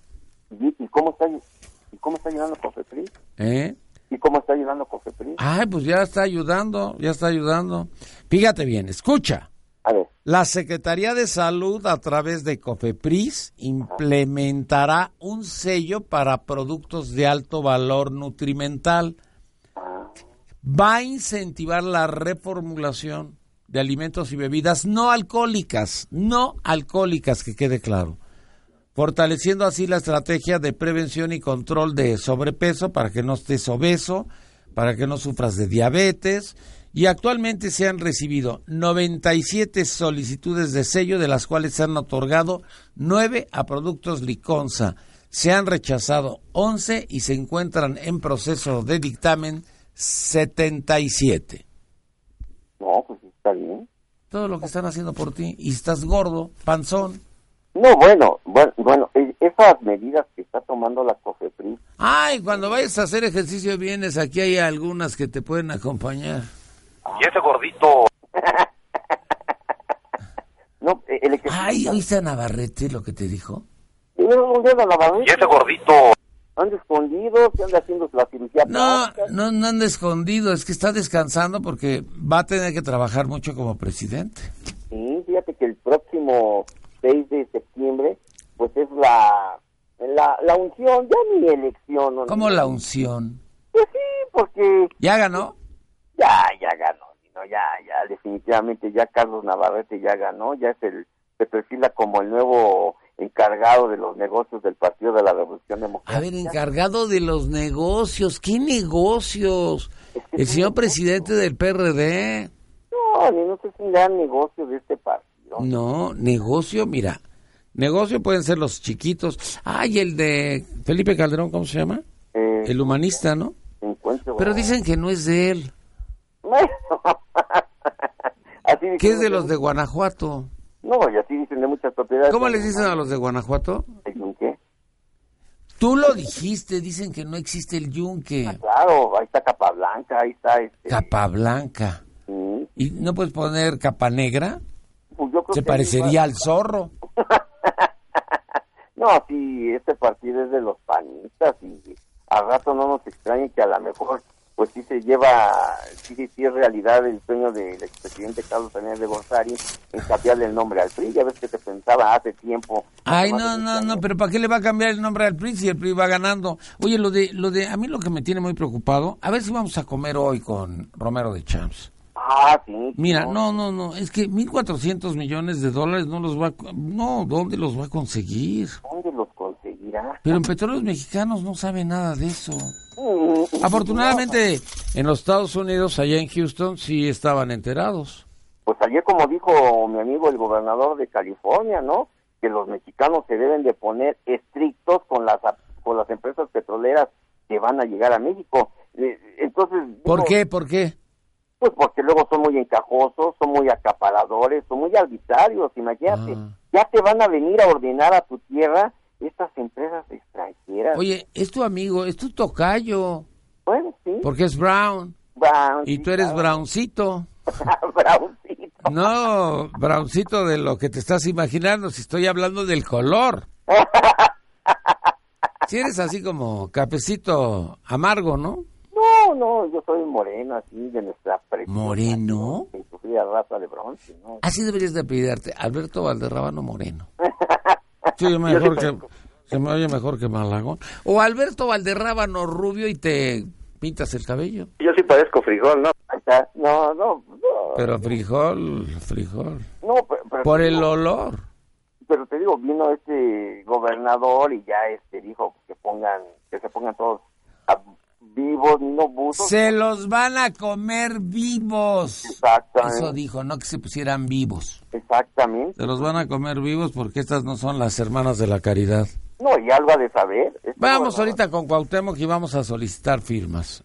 Speaker 3: ¿Y, y cómo está, y cómo está ayudando Cofepris?
Speaker 2: ¿Eh?
Speaker 3: ¿Y cómo está ayudando Cofepris?
Speaker 2: Ay, pues ya está ayudando, ya está ayudando. Fíjate bien, escucha.
Speaker 3: A ver,
Speaker 2: La Secretaría de Salud, a través de COFEPRIS, implementará un sello para productos de alto valor nutrimental. Va a incentivar la reformulación de alimentos y bebidas no alcohólicas, no alcohólicas, que quede claro. Fortaleciendo así la estrategia de prevención y control de sobrepeso para que no estés obeso, para que no sufras de diabetes, y actualmente se han recibido 97 solicitudes de sello, de las cuales se han otorgado 9 a productos Liconza. Se han rechazado 11 y se encuentran en proceso de dictamen 77.
Speaker 3: No, pues está bien.
Speaker 2: Todo lo que están haciendo por ti, y estás gordo, panzón.
Speaker 3: No, bueno, bueno, bueno, e- esas medidas que está tomando la COFEPRIS,
Speaker 2: Ay, cuando vayas a hacer ejercicio vienes, aquí hay algunas que te pueden acompañar.
Speaker 7: Y ese gordito.
Speaker 3: no, eh, el ejercicio...
Speaker 6: Ay, ¿oíste a Navarrete lo que te dijo?
Speaker 3: Eh, un dedo a la
Speaker 7: Y
Speaker 3: barriga,
Speaker 7: ese gordito.
Speaker 3: anda escondido, se anda haciendo la cirugía
Speaker 2: No,
Speaker 3: plástica.
Speaker 2: no, no anda escondido, es que está descansando porque va a tener que trabajar mucho como presidente.
Speaker 3: Sí, fíjate que el próximo 6 de septiembre, pues es la, la, la unción, ya ni elección. ¿no?
Speaker 2: Como la unción.
Speaker 3: Pues sí, porque
Speaker 2: ¿Ya ganó?
Speaker 3: ya, ya ganó, ¿no? ya, ya, definitivamente ya Carlos Navarrete ya ganó, ya es el, se perfila como el nuevo encargado de los negocios del Partido de la Revolución Democrática.
Speaker 6: A ver, encargado de los negocios. ¿Qué negocios? El señor presidente del PRD.
Speaker 3: No, ni no sé si un gran negocio de este partido.
Speaker 2: Mm,
Speaker 6: No, negocio, mira.
Speaker 2: Negocio pueden ser los chiquitos. Ay, el de Felipe Calderón, ¿cómo se llama?
Speaker 3: Eh,
Speaker 2: El humanista, ¿no?
Speaker 3: encuentro...
Speaker 6: Pero dicen que no es de él,
Speaker 3: Bueno. así
Speaker 2: Que es
Speaker 3: dicen-
Speaker 2: de los de Guanajuato.
Speaker 3: No, y así dicen de muchas propiedades.
Speaker 2: ¿Cómo les dicen a los de Guanajuato?
Speaker 3: ¿En qué?
Speaker 6: Tú lo dijiste, dicen que no existe el yunque.
Speaker 3: Claro, ahí está Capablanca, ahí está este.
Speaker 2: Capa blanca.
Speaker 3: sí,
Speaker 2: ¿Y no puedes poner capa negra?
Speaker 3: pues yo creo
Speaker 2: Se
Speaker 3: que-
Speaker 2: parecería al zorro.
Speaker 3: No, sí, este partido es de los panistas y al rato no nos extrañe que a lo mejor, pues sí se lleva, sí, sí, sí es realidad el sueño del expresidente Carlos Daniel de Borsari en cambiarle el nombre al PRI. Ya ves que se pensaba hace tiempo.
Speaker 2: Ay,
Speaker 3: hace
Speaker 2: no,
Speaker 3: más de
Speaker 2: no,
Speaker 3: 20
Speaker 2: no,
Speaker 3: años.
Speaker 2: pero ¿para qué le va a cambiar el nombre al príncipe? El PRI va ganando. Oye, lo de, lo de, a mí lo que me tiene muy preocupado, a ver si vamos a comer hoy con Romero de Champs.
Speaker 3: Ah, sí.
Speaker 2: Mira, no, no, no, es que 1.400 millones de dólares no los va, a co- no, ¿dónde los va a conseguir?
Speaker 3: ¿Dónde los conseguirá?
Speaker 2: Pero en Petróleos Mexicanos no sabe nada de eso.
Speaker 3: Mm,
Speaker 2: Afortunadamente, en los Estados Unidos, allá en Houston, sí estaban enterados.
Speaker 3: Pues ayer, como dijo mi amigo el gobernador de California, ¿no? Que los mexicanos se deben de poner estrictos con las con las empresas petroleras que van a llegar a México. Eh, Entonces,
Speaker 2: ¿Por
Speaker 3: digo,
Speaker 2: qué? ¿Por qué?
Speaker 3: Pues porque luego son muy encajosos, son muy acaparadores, son muy arbitrarios, imagínate.
Speaker 2: Ah.
Speaker 3: Ya te van a venir a ordenar a tu tierra estas empresas extranjeras.
Speaker 2: Oye, es tu amigo, es tu tocayo,
Speaker 3: bueno, sí.
Speaker 2: porque es Brown,
Speaker 3: Brown,
Speaker 2: y
Speaker 3: sí,
Speaker 2: tú eres
Speaker 3: claro.
Speaker 2: Browncito.
Speaker 3: Browncito.
Speaker 2: No, Browncito, de lo que te estás imaginando, si estoy hablando del color. Si eres así como cafecito amargo, ¿no?
Speaker 3: No, no, yo soy moreno, así, de nuestra preciosa
Speaker 6: ¿Moreno?
Speaker 3: y sufrida raza de bronce, ¿no?
Speaker 6: Así deberías de apellidarte, Alberto Valderrábano Moreno.
Speaker 2: Sí, mejor que, se me oye mejor que Malagón.
Speaker 6: O Alberto Valderrábano Rubio y te pintas el cabello.
Speaker 7: Yo sí parezco frijol, ¿no?
Speaker 3: Ahí está. No, no, no,
Speaker 2: Pero frijol, frijol.
Speaker 3: no, pero, pero-
Speaker 2: Por el olor.
Speaker 3: pero te digo, vino este gobernador y ya este dijo que pongan, que se pongan todos a- vivos, no buzos.
Speaker 6: Se los van a comer vivos. Eso
Speaker 3: Exactamente,
Speaker 6: dijo, no que se pusieran vivos.
Speaker 3: exactamente.
Speaker 2: Se los van a comer vivos porque estas no son las hermanas de la caridad.
Speaker 3: No, y algo ha de saber. Este
Speaker 2: Vamos
Speaker 3: gobernador-
Speaker 2: ahorita con Cuauhtémoc y vamos a solicitar firmas.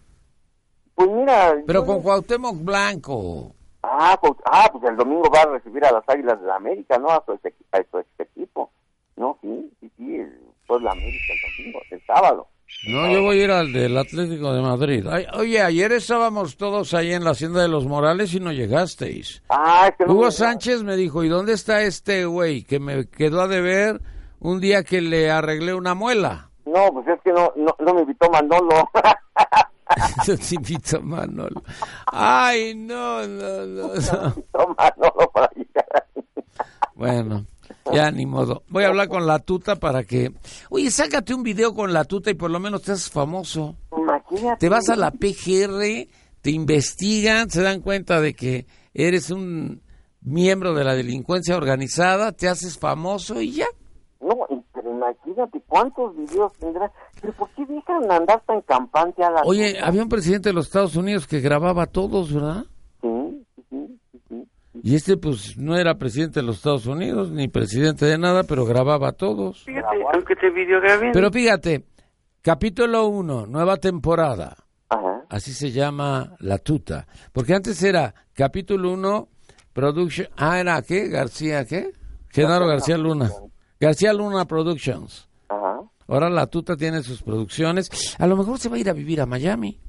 Speaker 3: Pues mira.
Speaker 2: Pero
Speaker 3: yo-
Speaker 2: con Cuauhtémoc Blanco.
Speaker 3: ah, pues, ah, pues el domingo va a recibir a las Águilas de la América, ¿no? A su, ex- a su ex equipo. No, sí, sí, sí, el, pues la América el domingo, el sábado.
Speaker 2: No, yo voy a ir al del Atlético de Madrid. Ay, oye, ayer estábamos todos ahí en la hacienda de los Morales y no llegasteis.
Speaker 3: Ah, es que no
Speaker 2: Hugo
Speaker 3: me-
Speaker 2: Sánchez me dijo, ¿y dónde está este güey que me quedó a deber un día que le arreglé una muela?
Speaker 3: No, pues es que no, no, no me invitó Manolo.
Speaker 2: Yo te invito, Manolo. Ay, no, no, no. no.
Speaker 3: No, Manolo para llegar. ahí.
Speaker 2: Bueno, ya ni modo. Voy a hablar con la tuta para que... Oye, sácate un video con la tuta y por lo menos te haces famoso.
Speaker 3: Imagínate.
Speaker 2: Te vas a la PGR, te investigan, se dan cuenta de que eres un miembro de la delincuencia organizada, te haces famoso y ya.
Speaker 3: No, y- pero imagínate cuántos videos tendrán. Pero ¿por qué dejan andar tan campante a la...
Speaker 2: Oye, había un presidente de los Estados Unidos que grababa a todos, ¿verdad?
Speaker 3: Sí, sí, sí.
Speaker 2: Y este pues no era presidente de los Estados Unidos, ni presidente de nada, pero grababa a todos.
Speaker 4: Fíjate, aunque te videograben.
Speaker 2: Pero fíjate, capítulo 1, nueva temporada.
Speaker 3: Ajá.
Speaker 2: Así se llama la tuta. Porque antes era capítulo 1, Production. Ah, era qué? García, ¿qué? Genaro García Luna. García Luna Productions.
Speaker 3: Ajá.
Speaker 2: Ahora la tuta tiene sus producciones. A lo mejor se va a ir a vivir a Miami.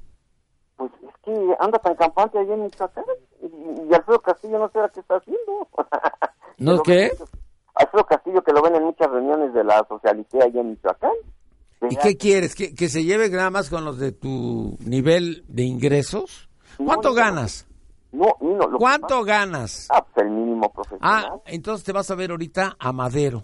Speaker 3: Pues es que anda tan campante allá en Michoacán. Y, y Alfredo Castillo no sé qué está haciendo.
Speaker 2: ¿No
Speaker 3: Lo
Speaker 2: qué?
Speaker 3: ven- Alfredo Castillo que lo ven en muchas reuniones de la socialité allá en Michoacán.
Speaker 2: ¿Y
Speaker 3: Verás,
Speaker 2: qué quieres? ¿Que, que se lleve nada más con los de tu nivel de ingresos? ¿Cuánto
Speaker 3: No, no.
Speaker 2: ganas?
Speaker 3: No, no, lo que
Speaker 2: ¿Cuánto
Speaker 3: pasa-
Speaker 2: ganas?
Speaker 3: Ah, pues el mínimo
Speaker 2: Ah,
Speaker 3: profesional.
Speaker 2: entonces te vas a ver ahorita a Madero.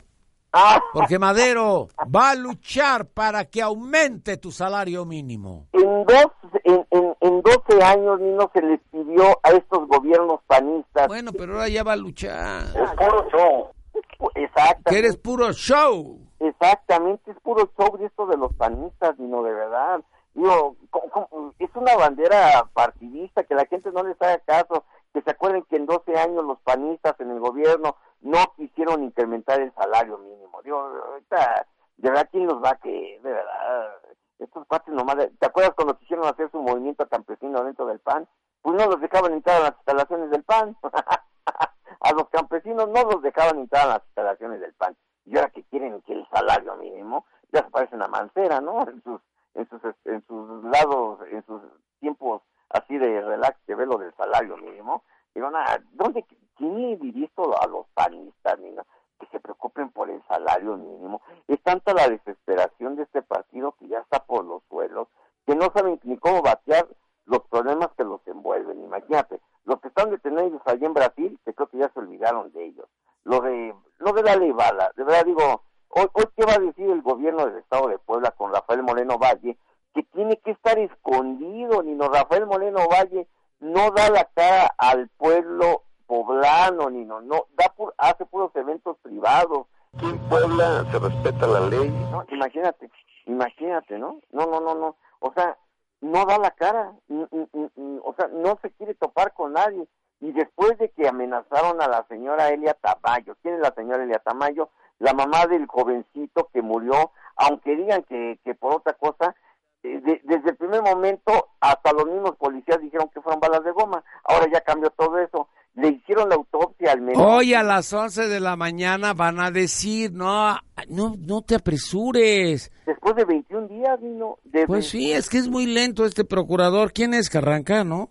Speaker 3: Ah,
Speaker 2: Porque Madero va a luchar para que aumente tu salario mínimo.
Speaker 3: en, dos, en, en, en 12 años, Nino, se les pidió a estos gobiernos panistas.
Speaker 2: Bueno, pero ahora ya va a luchar.
Speaker 7: Es puro show.
Speaker 2: Que
Speaker 3: Exactamente.
Speaker 2: eres puro show.
Speaker 3: Exactamente, es puro show de esto de los panistas, Nino, de verdad. Digo, ¿cómo- cómo? es una bandera partidista, que la gente no les haga caso, que se acuerden que en 12 años los panistas en el gobierno no quisieron incrementar el salario mínimo. Digo, ahorita, de verdad, ¿quién los va a que, de verdad? Estos cuates nomás, de- ¿te acuerdas cuando quisieron hacer su movimiento campesino dentro del PAN? Pues no los dejaban entrar a las instalaciones del PAN. a los campesinos no los dejaban entrar a las instalaciones del PAN. Y ahora que quieren que el salario mínimo, ya se parece una mancera, ¿no? En sus, en sus, en sus lados, en sus tiempos así de relax que ve lo del salario mínimo. Digo, nada, ¿dónde, quién dirijo a los panistas, ni nada? Que se preocupen por el salario mínimo. Es tanta la desesperación de este partido que ya está por los suelos, que no saben ni cómo batear los problemas que los envuelven. Imagínate, los que están detenidos allá en Brasil, que creo que ya se olvidaron de ellos. Lo de, lo de la ley Bala, de verdad digo, hoy, hoy qué va a decir el gobierno del Estado de Puebla con Rafael Moreno Valle, que tiene que estar escondido, ni no Rafael Moreno Valle no da la cara al pueblo poblano, ni no, no da pu- hace puros eventos privados.
Speaker 7: Aquí en Puebla se respeta la ley.
Speaker 3: No, imagínate, imagínate, ¿no? No, no, no, no. O sea, no da la cara, n- n- n- n- o sea, no se quiere topar con nadie. Y después de que amenazaron a la señora Elia Tamayo, ¿quién es la señora Elia Tamayo? La mamá del jovencito que murió, aunque digan que, que por otra cosa, eh, de- desde el primer momento hasta los mismos policías dijeron que fueron balas de goma. Ahora ya cambió todo eso. Le hicieron la autopsia al menos.
Speaker 2: Hoy a las 11 de la mañana van a decir, no, no, no te apresures.
Speaker 3: Después de 21 días, vino. De
Speaker 2: Pues
Speaker 3: 21
Speaker 2: sí, es que es muy lento este procurador. ¿Quién es Carranca, no?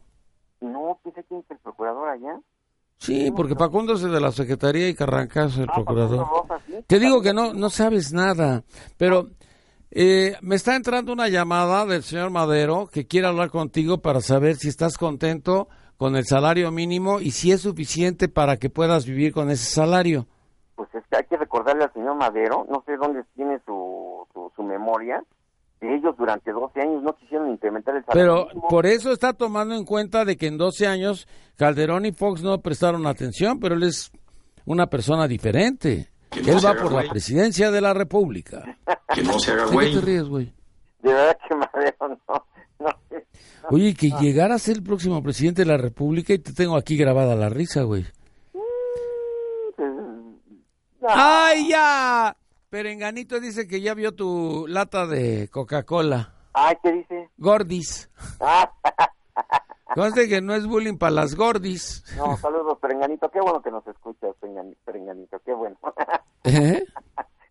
Speaker 3: No, pensé quién es el procurador allá.
Speaker 2: Sí, porque Facundo es el de la Secretaría y Carranca es el
Speaker 3: Ah,
Speaker 2: procurador.
Speaker 3: Facundo Rojas, sí.
Speaker 2: Te digo que no, no sabes nada, pero eh, me está entrando una llamada del señor Madero que quiere hablar contigo para saber si estás contento con el salario mínimo y si es suficiente para que puedas vivir con ese salario.
Speaker 3: Pues es que hay que recordarle al señor Madero, no sé dónde tiene su, su, su memoria, que ellos durante 12 años no quisieron incrementar el salario.
Speaker 2: Pero
Speaker 3: mínimo.
Speaker 2: por eso está tomando en cuenta de que en 12 años Calderón y Fox no prestaron atención, pero él es una persona diferente. Él va por la presidencia de la República.
Speaker 8: Que no se haga
Speaker 2: ¿De qué
Speaker 8: güey.
Speaker 2: te ríes, güey?
Speaker 3: De verdad que Madero no. no sé.
Speaker 2: Oye, que llegara a ser el próximo presidente de la República y te tengo aquí grabada la risa, güey. ¡Ay, ya! Perenganito dice que ya vio tu lata de Coca-Cola.
Speaker 3: Ay, ¿qué dice?
Speaker 2: Gordis.
Speaker 3: Ah,
Speaker 2: Conste que no es bullying para las gordis.
Speaker 3: no, saludos, Perenganito. Qué bueno que nos escuchas, Perengani- Perenganito. Qué bueno.
Speaker 2: ¿Eh?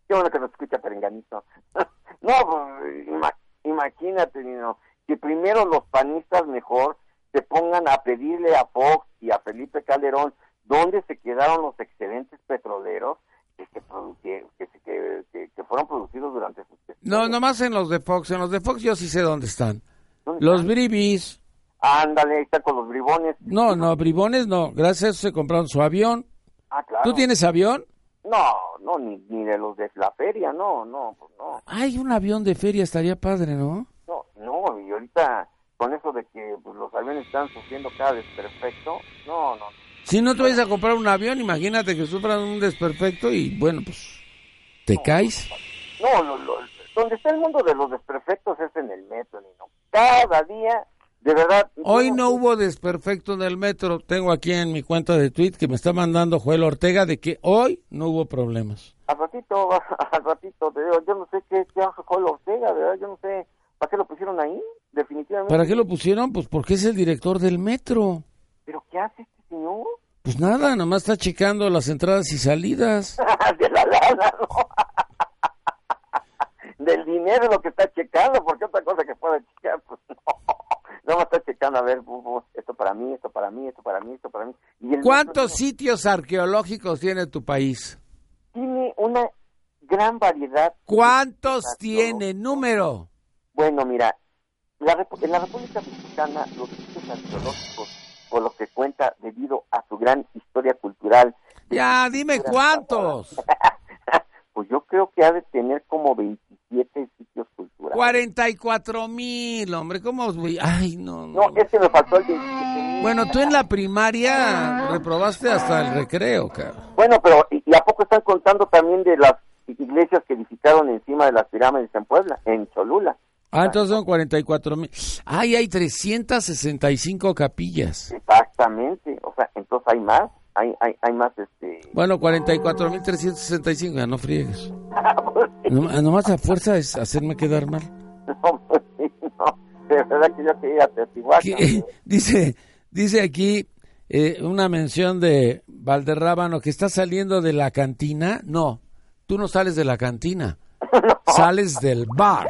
Speaker 3: Qué bueno que nos escucha Perenganito. No, pues, ima- imagínate, Nino, que primero los panistas mejor se pongan a pedirle a Fox y a Felipe Calderón dónde se quedaron los excedentes petroleros que se, produ- que, que se- que- que- que fueron producidos durante sus
Speaker 2: No,
Speaker 3: gestiones.
Speaker 2: nomás en los de Fox. En los de Fox yo sí sé dónde están.
Speaker 3: ¿Dónde
Speaker 2: Los
Speaker 3: están?
Speaker 2: bribis.
Speaker 3: Ándale, ahí está con los bribones.
Speaker 2: No, no, bribones no. Gracias a eso se compraron su avión.
Speaker 3: Ah, claro.
Speaker 2: ¿Tú tienes avión?
Speaker 3: No, no, ni, ni de los de la feria, no, no, pues no,
Speaker 2: Hay un avión de feria, estaría padre, ¿no?
Speaker 3: no, no, y ahorita con eso de que pues, los aviones están sufriendo cada desperfecto, no, no,
Speaker 2: Si no te vayas a comprar un avión, imagínate que sufran un desperfecto y bueno, pues te caes.
Speaker 3: no, lo- lo- donde está el mundo de los desperfectos es en el metro, Nino. Cada día, de verdad.
Speaker 2: Hoy
Speaker 3: tengo-
Speaker 2: no hubo desperfecto en el metro. Tengo aquí en mi cuenta de tweet que me está mandando Joel Ortega de que hoy no hubo problemas.
Speaker 3: Al ratito, al ratito, te digo, yo no sé qué, qué hace Joel Ortega, ¿verdad? Yo no sé, ¿para qué lo pusieron ahí? Definitivamente.
Speaker 2: ¿Para qué lo pusieron? Pues porque es el director del metro.
Speaker 3: ¿Pero qué hace este señor?
Speaker 2: Pues nada, nomás está checando las entradas y salidas.
Speaker 3: de la lana, ¿no? Del dinero lo que está checando, porque otra cosa que pueda checar, pues no. No me está checando, a ver, bu- bu, esto para mí, esto para mí, esto para mí, esto para mí. Y el metro
Speaker 2: ¿Cuántos sitios arqueológicos tiene tu país?
Speaker 3: Tiene una gran variedad.
Speaker 2: ¿Cuántos
Speaker 3: Exacto.
Speaker 2: tiene? Número.
Speaker 3: Bueno, mira, la Repu- en la República Mexicana los sitios arqueológicos, por lo que cuenta debido a su gran historia cultural. de
Speaker 2: Ya, dime
Speaker 3: culturas
Speaker 2: cuántos.
Speaker 3: pasadas, pues yo creo que ha de tener como 27 sitios culturales.
Speaker 2: 44 mil, hombre, ¿cómo? os voy? Ay, no, no.
Speaker 3: No, es que me faltó el 27.
Speaker 2: Bueno, tú en la primaria reprobaste hasta el recreo, cabrón.
Speaker 3: Bueno, pero ¿y, y a poco están contando también de las iglesias que edificaron encima de las pirámides en Puebla, en Cholula?
Speaker 2: Ah, entonces son 44 mil. Ay, hay 365 capillas.
Speaker 3: Exactamente, o sea, entonces hay más, hay, hay, hay más este...
Speaker 2: Bueno, 44 mil 365, ya no friegues. Nom- nomás a fuerza es hacerme quedar mal.
Speaker 3: No, pues sí, no. De verdad que yo quería atestiguar.
Speaker 2: Que- dice, dice aquí eh, una mención de Valderrábano que está saliendo de la cantina. No, tú no sales de la cantina, sales del bar.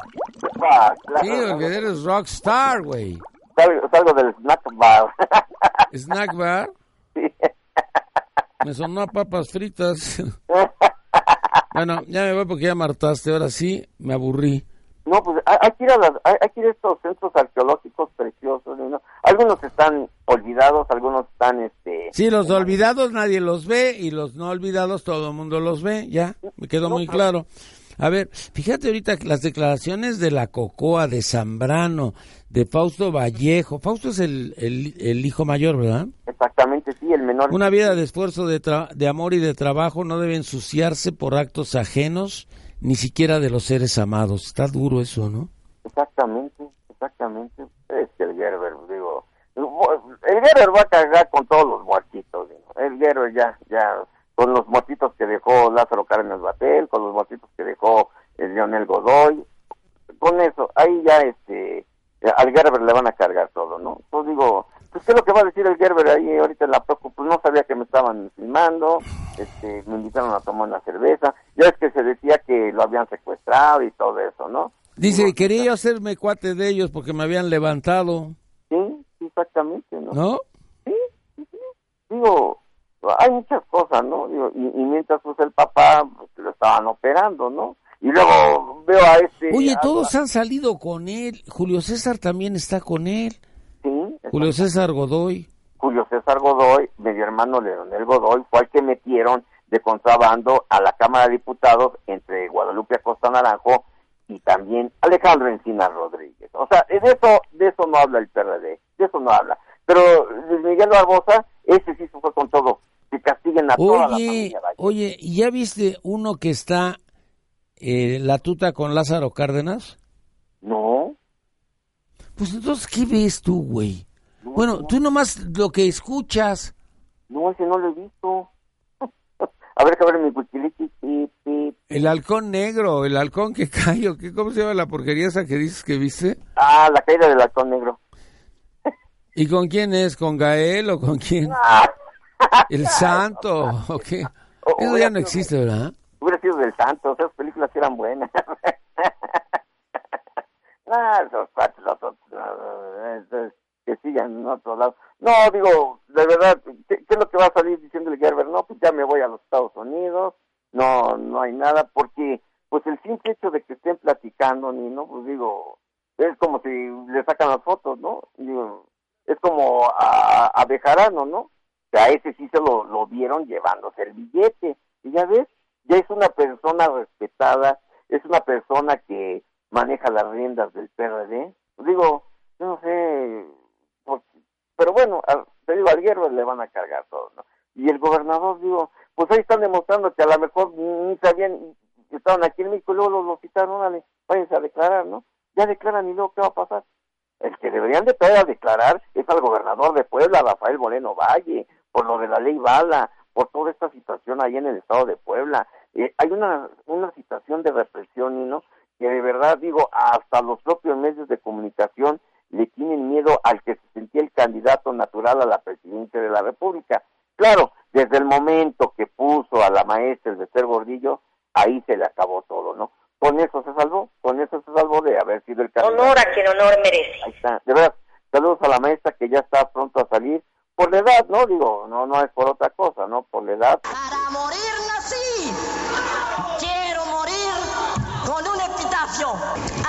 Speaker 3: Ah, claro,
Speaker 2: Sí, porque eres rockstar, güey.
Speaker 3: salgo, salgo del snack bar.
Speaker 2: Snack bar.
Speaker 3: Sí.
Speaker 2: Me sonó a papas fritas. bueno, ya me voy porque ya martaste. Ahora sí, me aburrí.
Speaker 3: No, pues hay, hay que ir a las- hay- hay que ir a estos centros arqueológicos preciosos. ¿no? Algunos están olvidados, algunos están... este
Speaker 2: Sí, los olvidados nadie los ve y los no olvidados todo el mundo los ve. Ya, me quedó muy claro. A ver, fíjate ahorita que las declaraciones de la Cocoa, de Zambrano, de Fausto Vallejo. Fausto es el, el, el hijo mayor, ¿verdad?
Speaker 3: Exactamente, sí, el menor.
Speaker 2: Una vida de esfuerzo, de, tra- de amor y de trabajo no debe ensuciarse por actos ajenos, ni siquiera de los seres amados. Está duro eso, ¿no?
Speaker 3: Exactamente, exactamente. Es que el Gerber, digo... El Gerber va a cargar con todos los muertitos. ¿no? El Gerber ya, ya... Con los muertitos que dejó Lázaro Cárdenas Batel, con los muertitos que dejó eh, Leonel Godoy. Con eso, ahí ya este... Al Gerber le van a cargar todo, ¿no? Entonces digo, pues, ¿qué es lo que va a decir el Gerber ahí ahorita en la Proco? Pues no sabía que me estaban filmando, este, me invitaron a tomar una cerveza. Ya es que se decía que lo habían secuestrado y todo eso, ¿no?
Speaker 2: Dice,
Speaker 3: Digo,
Speaker 2: quería yo hacerme cuate de ellos porque me habían levantado,
Speaker 3: Sí, sí, exactamente, ¿no?
Speaker 2: ¿no?
Speaker 3: Digo, hay muchas cosas, ¿no? Digo, y, y mientras pues el papá pues, lo estaban operando, ¿no? Y luego veo a este...
Speaker 2: Oye,
Speaker 3: a-
Speaker 2: todos han salido con él. Julio César también está con él.
Speaker 3: Sí,
Speaker 2: Julio
Speaker 3: es- Julio...
Speaker 2: César Godoy.
Speaker 3: César Godoy, medio hermano Leonel Godoy, fue el que metieron de contrabando a la Cámara de Diputados entre Guadalupe Acosta Naranjo y también Alejandro Encina Rodríguez. O sea, de eso, de eso no habla el PRD, de eso no habla. Pero Luis Miguel Barbosa, ese sí se fue con todo. Que castiguen a toda la
Speaker 2: Oye,
Speaker 3: familia. vaya.
Speaker 2: oye, ¿y ¿ya viste uno que está eh, la tuta con Lázaro Cárdenas?
Speaker 3: No,
Speaker 2: Pues entonces, ¿qué ves tú, güey?
Speaker 3: No,
Speaker 2: Bueno,
Speaker 3: no.
Speaker 2: tú nomás lo que escuchas.
Speaker 3: No, ese no lo he visto. a ver, que ver mi cuchiliki. pi, pi.
Speaker 2: El halcón negro, el halcón que cae, ¿o qué? ¿cómo se llama la porquería esa que dices que viste?
Speaker 3: Ah, la caída del halcón negro.
Speaker 2: ¿Y con quién es? ¿Con Gael o con quién?
Speaker 3: Ah,
Speaker 2: ¿El santo o qué?
Speaker 3: O-
Speaker 2: Eso
Speaker 3: o
Speaker 2: ya
Speaker 3: ya
Speaker 2: no
Speaker 3: creo
Speaker 2: existe, ¿verdad?
Speaker 3: hubiera sido del santo, esas películas sí eran buenas. ah, esos cuates, los otros, ah, esos que sigan en otro lado. No, digo, de verdad, ¿qué, qué es lo que va a salir diciendo el Gerber? No, pues ya me voy a los Estados Unidos, no, no hay nada, porque pues el simple hecho de que estén platicando, ni no, pues digo, es como si le sacan las fotos, ¿no? Digo, es como a, a Bejarano, ¿no? O sea, ese sí se lo, lo vieron llevándose el billete. Y ya ves, ya es una persona respetada, es una persona que maneja las riendas del PRD. Digo, yo no sé, por- pero bueno, al- te digo, al hierro le van a cargar todo, ¿no? Y el gobernador, digo, pues ahí están demostrando que a lo mejor ni sabían, estaban aquí en México y luego los, los quitaron, órale, váyanse a declarar, ¿no? Ya declaran y luego, ¿qué va a pasar? El que deberían de traer a declarar es al gobernador de Puebla, Rafael Moreno Valle, por lo de la ley Bala, por toda esta situación ahí en el estado de Puebla. Eh, hay una, una situación de represión, ¿no? Que de verdad, digo, hasta los propios medios de comunicación le tienen miedo al que se sentía el candidato natural a la presidencia de la República. Claro, desde el momento que puso a la maestra el Bester Gordillo, ahí se le acabó todo, ¿no? Con eso se salvó, con eso se salvó de haber sido el candidato.
Speaker 8: Honor a quien honor merece.
Speaker 3: Ahí está. De verdad, saludos a la maestra que ya está pronto a salir. Por la edad, ¿no? Digo, no, no es por otra cosa, ¿no? Por la edad.
Speaker 9: Para morir nací. Quiero morir con un epitafio.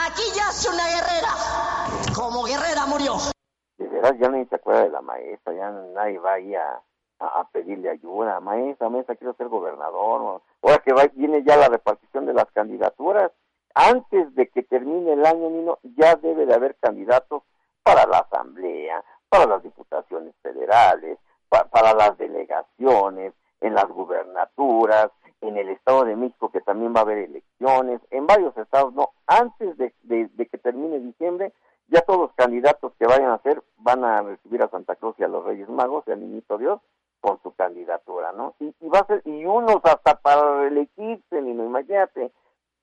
Speaker 9: Aquí yace una guerrera. Como guerrera murió.
Speaker 3: De verdad, ya nadie se acuerda de la maestra. Ya nadie va ahí a, a- a pedirle ayuda. Maestra, maestra, quiero ser gobernador. o- Ahora que va, viene ya la repartición de las candidaturas. Antes de que termine el año, Nino, ya debe de haber candidatos para la asamblea, para las diputaciones federales, pa- para las delegaciones, en las gubernaturas, en el Estado de México que también va a haber elecciones, en varios estados, no, antes de, de- de que termine diciembre, ya todos los candidatos que vayan a ser van a recibir a Santa Cruz y a los Reyes Magos y al Niñito Dios por su candidatura, ¿no? Y, y va a ser, y unos hasta para reelegirse, Nino, imagínate,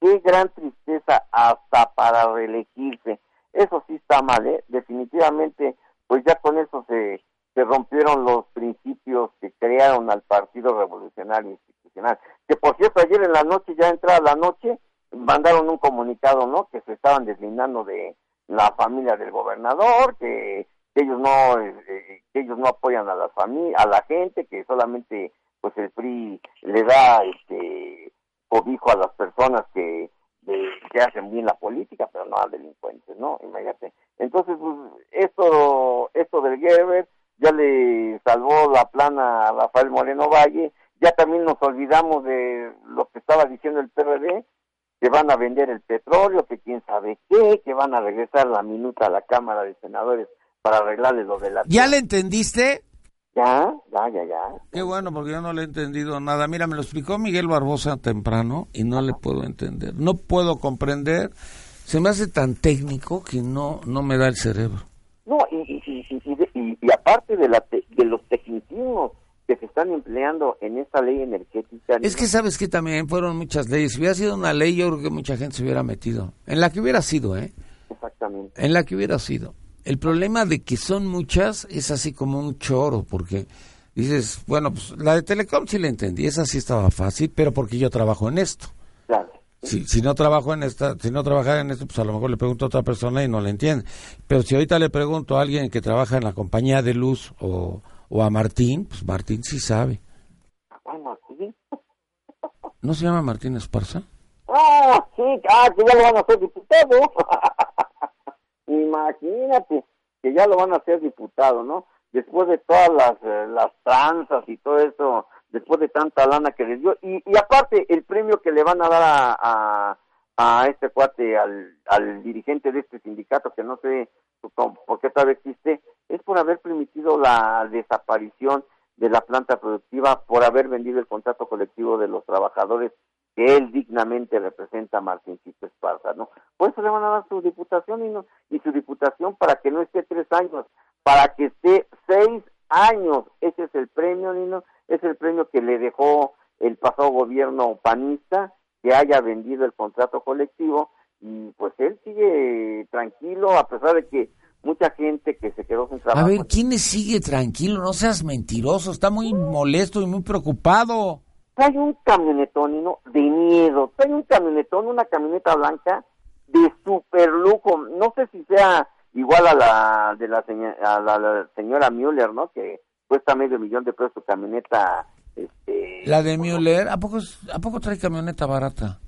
Speaker 3: qué gran tristeza hasta para reelegirse. Eso sí está mal, ¿eh? Definitivamente, pues ya con eso se, se rompieron los principios que crearon al Partido Revolucionario Institucional. Que por cierto, ayer en la noche, ya entrada la noche, mandaron un comunicado, ¿no? Que se estaban deslindando de la familia del gobernador, que, que ellos no eh, eh, que ellos no apoyan a la fami- a la gente, que solamente pues el PRI le da este cobijo a las personas que, de- que hacen bien la política, pero no a delincuentes, ¿no? Imagínate. Entonces, pues, esto, esto del Gerber ya le salvó la plana a Rafael Moreno Valle, ya también nos olvidamos de lo que estaba diciendo el PRD, que van a vender el petróleo, que quién sabe qué, que van a regresar la minuta a la Cámara de Senadores para arreglarle lo de la...
Speaker 6: ¿Ya le entendiste?
Speaker 3: Ya, ya, ya, ya.
Speaker 2: Qué bueno, porque yo no le he entendido nada. Mira, me lo explicó Miguel Barbosa temprano y no le puedo entender. No puedo comprender. Se me hace tan técnico que no, no me da el cerebro.
Speaker 3: No, y, y, y, y- y de- y- y aparte de, la te- de los tecnicismos que se están empleando en esta ley energética.
Speaker 2: Es que sabes que también fueron muchas leyes. Si hubiera sido una ley, yo creo que mucha gente se hubiera metido. En la que hubiera sido, ¿eh?
Speaker 3: Exactamente.
Speaker 2: En la que hubiera sido. El problema de que son muchas es así como un choro, porque dices, bueno, pues la de Telecom sí la entendí, esa sí estaba fácil, pero porque yo trabajo en esto.
Speaker 3: Claro.
Speaker 2: Si, si no trabajo en esta, si no trabajara en esto, pues a lo mejor le pregunto a otra persona y no le entiende. Pero si ahorita le pregunto a alguien que trabaja en la compañía de luz o, o a Martín, pues Martín sí sabe.
Speaker 3: Bueno, sí.
Speaker 2: ¿No se llama Martín Esparza?
Speaker 3: Ah, sí, ah, que ya lo van a hacer diputado. Imagínate, que ya lo van a hacer diputado, ¿no? Después de todas las, eh, las tranzas y todo eso, después de tanta lana que les dio. Y, y aparte, el premio que le van a dar a, a, a este cuate, al, al dirigente de este sindicato, que no sé cómo- por qué todavía existe, es por haber permitido la desaparición de la planta productiva, por haber vendido el contrato colectivo de los trabajadores que él dignamente representa a Martincito Esparza, ¿no? Por eso le van a dar su diputación y, no, y su diputación para que no esté tres años, para que esté seis años. Ese es el premio, Nino, es el premio que le dejó el pasado gobierno panista, que haya vendido el contrato colectivo, y pues él sigue tranquilo, a pesar de que mucha gente que se quedó sin trabajo.
Speaker 6: A ver, ¿quién le sigue tranquilo? No seas mentiroso, está muy molesto y muy preocupado.
Speaker 3: trae un camionetón ¿no? de miedo, trae un camionetón, una camioneta blanca de super lujo, no sé si sea igual a la de la, seña- a la, la señora Müller, ¿no? Que cuesta medio millón de pesos su camioneta, este,
Speaker 6: La de Müller, ¿a poco, es- ¿a poco trae camioneta barata?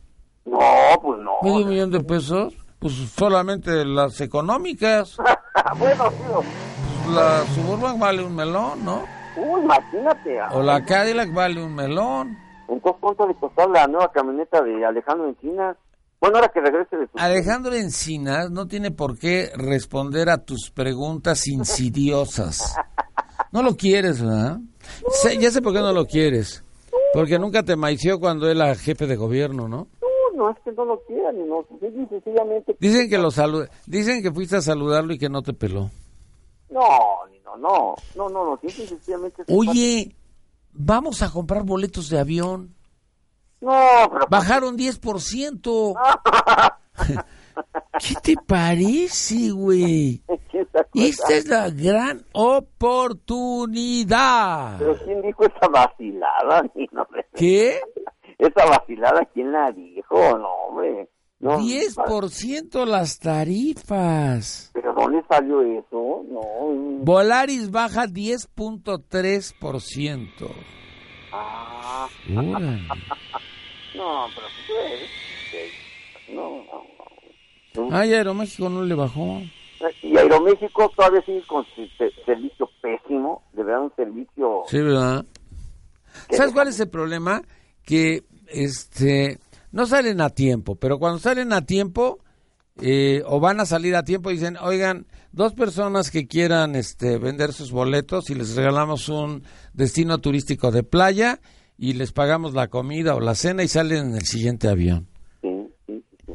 Speaker 3: no, pues no,
Speaker 6: ¿Medio millón de pesos?
Speaker 2: Pues solamente las económicas.
Speaker 3: bueno, tío,
Speaker 2: La Suburban vale un melón, ¿no?
Speaker 3: uh, imagínate, ah,
Speaker 2: O la Cadillac vale un melón.
Speaker 3: Entonces, ¿cuánto le costó la nueva camioneta de Alejandro Encinas? Pues Bueno, ahora que regrese de su...
Speaker 2: Alejandro Encinas no tiene por qué responder a tus preguntas insidiosas. No lo quieres, ¿verdad? Sé- ya sé por qué no lo quieres. Porque nunca te maició cuando era jefe de gobierno, ¿no?
Speaker 3: No, no, es que no lo quieran, no, simple y sencillamente...
Speaker 2: Dicen que lo salu- dicen que fuiste a saludarlo y que no te peló.
Speaker 3: No, no, no, no, no, no, simple y sencillamente...
Speaker 2: Oye, vamos a comprar boletos de avión.
Speaker 3: No, pero...
Speaker 2: Bajaron 10%. ¿Qué te parece, güey?
Speaker 3: ¿quién se acuerda?
Speaker 2: Esta es la gran oportunidad.
Speaker 3: ¿Pero quién dijo esa vacilada? Ni no me-
Speaker 2: ¿Qué?
Speaker 3: Esa vacilada, ¿quién la dijo? No, hombre. No, pa-
Speaker 2: 10% las tarifas.
Speaker 3: ¿Pero dónde salió eso? No. mm.
Speaker 2: Volaris baja 10.3%.
Speaker 3: Ah,
Speaker 2: Órale.
Speaker 3: no, pero... ¿qué eres? ¿Qué? No, no, no. No.
Speaker 2: Ay, Aeroméxico no le bajó.
Speaker 3: Y Aeroméxico todavía sigue con su se- servicio pésimo, de verdad un servicio...
Speaker 2: Sí, ¿verdad? ¿Sabes cuál es el problema? Que este no salen a tiempo, pero cuando salen a tiempo eh, o van a salir a tiempo dicen, oigan, dos personas que quieran este, vender sus boletos y les regalamos un destino turístico de playa y les pagamos la comida o la cena y salen en el siguiente avión.
Speaker 3: Sí, sí, sí,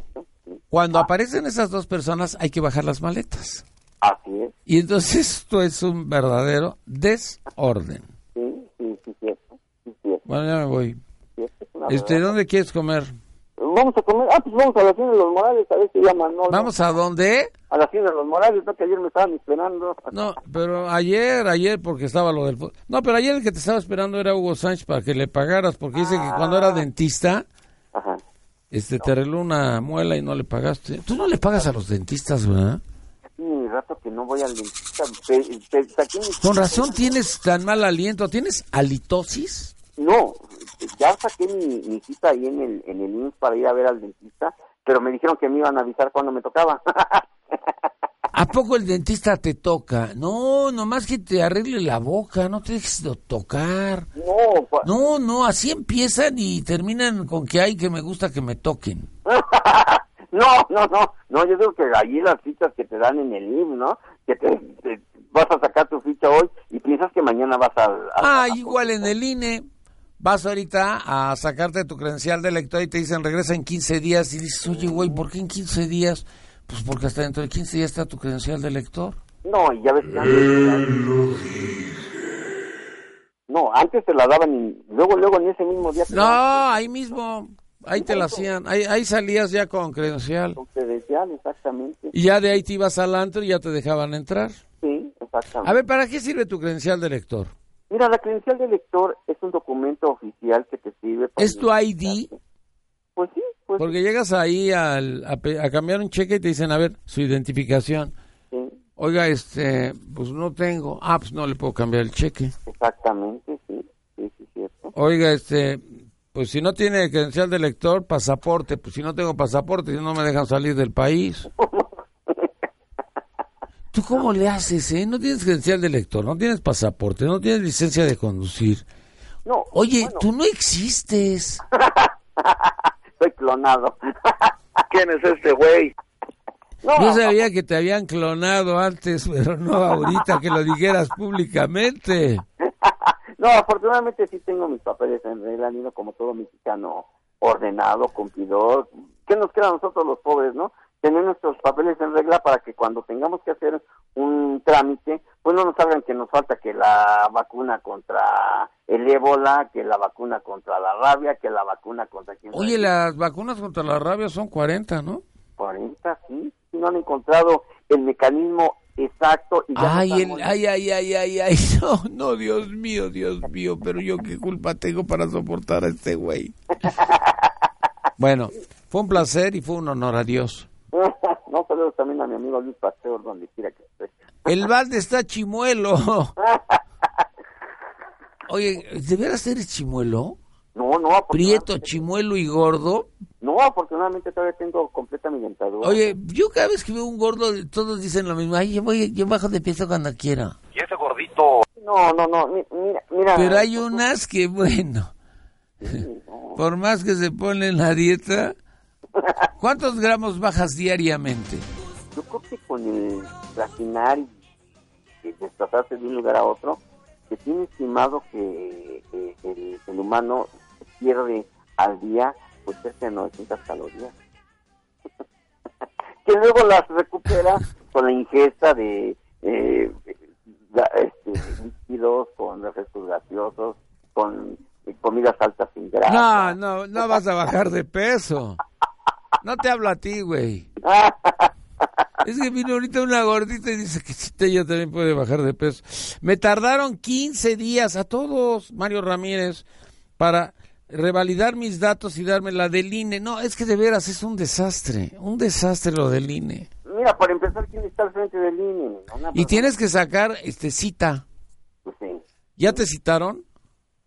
Speaker 2: Cuando aparecen esas dos personas hay que bajar las maletas.
Speaker 3: Así es,
Speaker 2: Y entonces esto es un verdadero desorden.
Speaker 3: sí, sí, sí, cierto. Sí, cierto,
Speaker 2: Bueno, ya me voy.
Speaker 3: cierto, es una
Speaker 2: Este,
Speaker 3: verdad.
Speaker 2: ¿dónde quieres comer?
Speaker 3: Vamos a comer, ah, pues vamos a la tienda de los Morales, a ver si llaman, no, no.
Speaker 2: ¿Vamos a dónde?
Speaker 3: a la tienda de los Morales, no que ayer me estaban esperando.
Speaker 2: No, pero ayer, ayer, porque estaba lo del... fu- No, pero ayer el que te estaba esperando era Hugo Sánchez para que le pagaras, porque dice que cuando era dentista,
Speaker 3: Ajá.
Speaker 2: este, te arregló una muela y no le pagaste. Tú no le pagas a los dentistas, ¿verdad?
Speaker 3: Sí, rato que no voy al dentista, te, te saqué mis-
Speaker 2: Con razón tienes tan mal aliento, ¿tienes halitosis?
Speaker 3: No, ya saqué mi, mi cita ahí en el, en el IMSS para ir a ver al dentista, pero me dijeron que me iban a avisar cuando me tocaba.
Speaker 2: ¿A poco el dentista te toca? No, nomás que te arregle la boca, no te dejes de tocar.
Speaker 3: no, pa-
Speaker 2: No, no, así empiezan y terminan con que hay que me gusta que me toquen.
Speaker 3: no, no, no, no, yo digo que allí las fichas que te dan en el IMSS, ¿no? Que te, te- vas a sacar tu ficha hoy y piensas que mañana vas al... al-
Speaker 2: Ah,
Speaker 3: a-
Speaker 2: igual en el INE. Vas ahorita a sacarte tu credencial de elector y te dicen regresa en 15 días. Y dices, oye, güey, ¿por qué en 15 días? Pues porque hasta dentro de 15 días está tu credencial de elector.
Speaker 3: No, y ya ves que antes... No, antes te la daban y luego, luego en ese mismo día... te daban
Speaker 2: No, ahí mismo, ahí te la hacían. Ahí, ahí salías ya con credencial.
Speaker 3: tu credencial, exactamente.
Speaker 2: Y ya de ahí te ibas al antro y ya te dejaban entrar.
Speaker 3: Sí, exactamente.
Speaker 2: A ver, ¿para qué sirve tu credencial de elector?
Speaker 3: Mira, la credencial del lector es un documento oficial que te sirve para...
Speaker 2: ¿Es tu ID?
Speaker 3: Pues sí, pues
Speaker 2: Porque llegas ahí al- a, pe- a cambiar un cheque y te dicen, a ver, su identificación.
Speaker 3: sí,
Speaker 2: Oiga, este, pues no tengo. Ah, pues no le puedo cambiar el cheque.
Speaker 3: exactamente, sí, sí, sí, cierto.
Speaker 2: Oiga, este, pues si no tiene credencial de lector, pasaporte. Pues si no tengo pasaporte, no me dejan salir del país. ¿Tú cómo le haces, eh? No tienes credencial de lector, no tienes pasaporte, no tienes licencia de conducir.
Speaker 3: No,
Speaker 2: Oye,
Speaker 3: bueno,
Speaker 2: tú no existes.
Speaker 3: soy clonado.
Speaker 10: ¿Quién es este güey?
Speaker 3: no,
Speaker 2: Yo sabía que te habían clonado antes, pero no ahorita que lo dijeras públicamente.
Speaker 3: no, afortunadamente sí tengo mis papeles en regla, nido como todo mexicano ordenado, cumplidor. ¿Qué nos queda a nosotros los pobres, no? Tener nuestros papeles en regla para que cuando tengamos que hacer un trámite, pues no nos hagan que nos falta que la vacuna contra el ébola, que la vacuna contra la rabia, que la vacuna contra... quién sabe
Speaker 2: Oye,
Speaker 3: qué.
Speaker 2: las vacunas contra la rabia son 40, ¿no?
Speaker 3: 40, sí, sí, no han encontrado el mecanismo exacto. Y ya
Speaker 2: Ay,
Speaker 3: no
Speaker 2: el,
Speaker 3: estamos-
Speaker 2: ay, ay, ay, ay, ay, no, no, Dios mío, Dios mío, pero yo qué culpa tengo para soportar a este güey. Bueno, fue un placer y fue un honor, adiós.
Speaker 3: no, saludos también a mi amigo Luis Pasteur, donde quiera que esté.
Speaker 2: El balde está chimuelo. Oye, ¿de veras eres chimuelo?
Speaker 3: No, no, afortunadamente-
Speaker 2: Prieto, chimuelo y gordo.
Speaker 3: No, afortunadamente todavía tengo completa mi dentadura.
Speaker 2: Oye, yo cada vez que veo un gordo, todos dicen lo mismo. Ay, yo, voy, yo bajo de peso cuando quiera.
Speaker 10: ¿Y ese gordito?
Speaker 3: No, no, no, mi- mira, mira.
Speaker 2: Pero hay unas que, bueno.
Speaker 3: Ah. Sí, no,
Speaker 2: Por más que se pone en la dieta, ¿cuántos gramos bajas diariamente?
Speaker 3: Yo creo que con el platinar y y desplazarse de un lugar a otro, se tiene estimado que, que el, el humano pierde al día pues cerca de 900 calorías. que luego las recupera con la ingesta de eh, ga- este, líquidos, con refrescos gaseosos, con eh, comidas altas sin grasa.
Speaker 2: No, no, no vas a bajar de peso. No te hablo a ti, güey. Es que vino ahorita una gordita y dice que sí, ella también puede bajar de peso. Me tardaron 15 días a todos, Mario Ramírez, para revalidar mis datos y darme la del INE. No, es que de veras es un desastre, un desastre lo del INE.
Speaker 3: Mira, para empezar, ¿quién está al frente del INE? Una
Speaker 2: Y
Speaker 3: persona,
Speaker 2: tienes que sacar este cita.
Speaker 3: pues, sí.
Speaker 2: ¿Ya te citaron?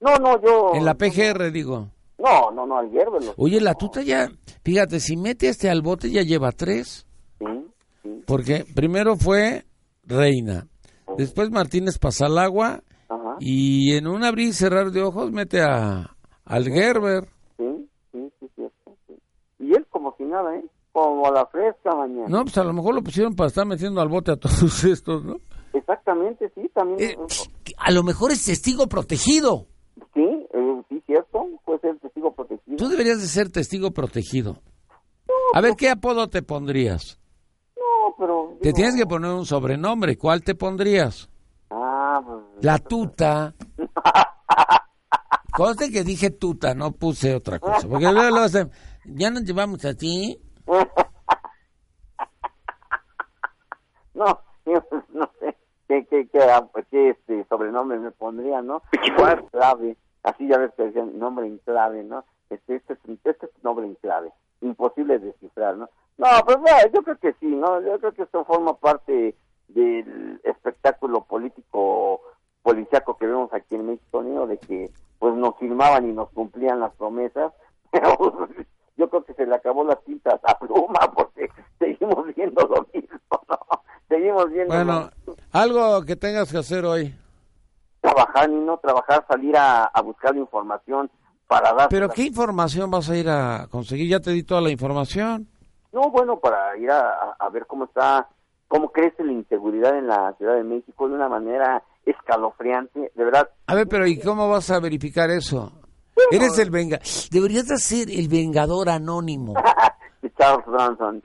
Speaker 3: No, no, yo...
Speaker 2: En la PGR, digo.
Speaker 3: No, no, no, al hiérvelo.
Speaker 2: Oye, la tuta ya, fíjate, si mete a este al bote ya lleva tres.
Speaker 3: Sí, sí,
Speaker 2: Porque primero fue Reina, después Martínez Pasalagua
Speaker 3: ajá,
Speaker 2: y en un abrir y cerrar de ojos mete a al Gerber.
Speaker 3: sí, sí, sí, cierto, sí. Y él como si nada, ¿eh? Como a la fresca mañana.
Speaker 2: No, pues a lo mejor lo pusieron para estar metiendo al bote a todos estos, ¿no?
Speaker 3: Exactamente, sí, también.
Speaker 2: Eh,
Speaker 3: sí,
Speaker 2: a lo mejor es testigo protegido.
Speaker 3: eh, sí, cierto, puede ser testigo protegido.
Speaker 2: Tú deberías de ser testigo protegido. A ver, ¿qué apodo te pondrías?
Speaker 3: No, pero...
Speaker 2: Te
Speaker 3: digo,
Speaker 2: tienes que poner un sobrenombre. ¿Cuál te pondrías?
Speaker 3: Ah, pues...
Speaker 2: La tuta. Conste que dije tuta, no puse otra cosa. Porque luego luego se- ya nos llevamos a ti.
Speaker 3: No, yo no sé qué, qué, qué, ah, pues, qué, este, sobrenombre me pondría, ¿no?
Speaker 11: Pichicuar.
Speaker 3: clave. Así ya ves que decían nombre en clave, ¿no? Este, este, es- este es nombre en clave. Imposible descifrar, ¿no? No, pues bueno, yo creo que sí, ¿no? Yo creo que esto forma parte del espectáculo político policiaco que vemos aquí en México, ¿no? De que pues nos firmaban y nos cumplían las promesas, pero yo creo que se le acabó la tinta a la pluma porque seguimos viendo lo mismo, ¿no? Seguimos viendo
Speaker 2: Bueno, algo que tengas que hacer hoy.
Speaker 3: trabajar y no trabajar, salir a, a buscar la información para dar...
Speaker 2: Pero ¿qué información vas a ir a conseguir? Ya te di toda la información.
Speaker 3: No, bueno, para ir a, a- a ver cómo está, cómo crece la inseguridad en la Ciudad de México de una manera escalofriante, de verdad.
Speaker 2: A ver, pero ¿y cómo vas a verificar eso? Eres el venga. Deberías de ser el vengador anónimo.
Speaker 3: de Charles Bronson.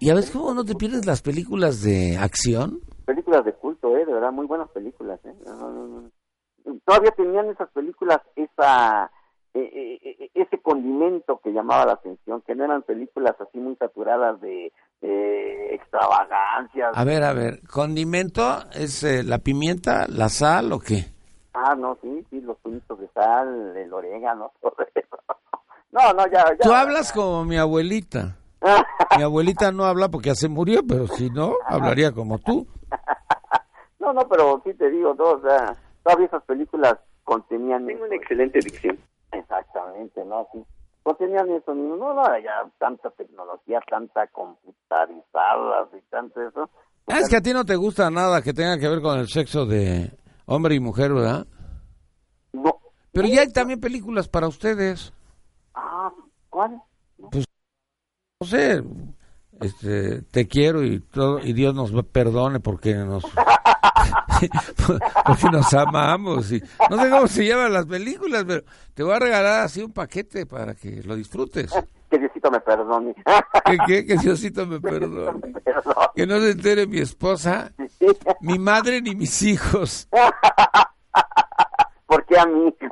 Speaker 2: ¿Y a veces cómo no te pierdes las películas de acción?
Speaker 3: películas de culto, eh, de verdad, muy buenas películas, eh. No, no, no, no. Todavía tenían esas películas esa eh, eh, eh, ese condimento que llamaba la atención, que no eran películas así muy saturadas de eh, extravagancias.
Speaker 2: A ver, a ver, condimento es eh, la pimienta, la sal o qué?
Speaker 3: Ah, no, sí, sí, los puñitos de sal, el orégano, todo eso. No, no, ya, ya.
Speaker 2: Tú hablas como mi abuelita. Mi abuelita no habla porque ya se murió, pero si no, hablaría como tú.
Speaker 3: No, no, pero sí te digo, no, o sea, todavía esas películas contenían...
Speaker 11: Tengo
Speaker 3: eso,
Speaker 11: una excelente dicción.
Speaker 3: Exactamente, ¿no? Sí. No tenían eso mismo, no, no, ya tanta tecnología, tanta computarizada y tanto eso.
Speaker 2: Ah, es que a ti no te gusta nada que tenga que ver con el sexo de hombre y mujer, ¿verdad?
Speaker 3: No.
Speaker 2: Pero ya hay también películas para ustedes.
Speaker 3: Ah, ¿cuál?
Speaker 2: No sé, este, te quiero y todo, y Dios nos perdone porque nos porque nos amamos y no sé cómo se llaman las películas, pero te voy a regalar así un paquete para que lo disfrutes.
Speaker 3: Que Diosito me perdone.
Speaker 2: Que, que, que Diosito me perdone.
Speaker 3: Perdón.
Speaker 2: Que no se entere mi esposa, mi madre ni mis hijos.
Speaker 3: ¿Por qué a mí?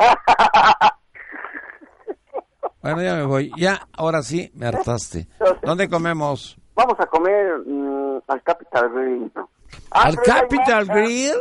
Speaker 2: Bueno, ya me voy. Ya, ahora sí, me hartaste. ¿Dónde comemos?
Speaker 3: Vamos a comer mm, al Capital Grill. Ah,
Speaker 2: ¿Al
Speaker 3: pero hay
Speaker 2: Capital
Speaker 3: marchas.
Speaker 2: Grill?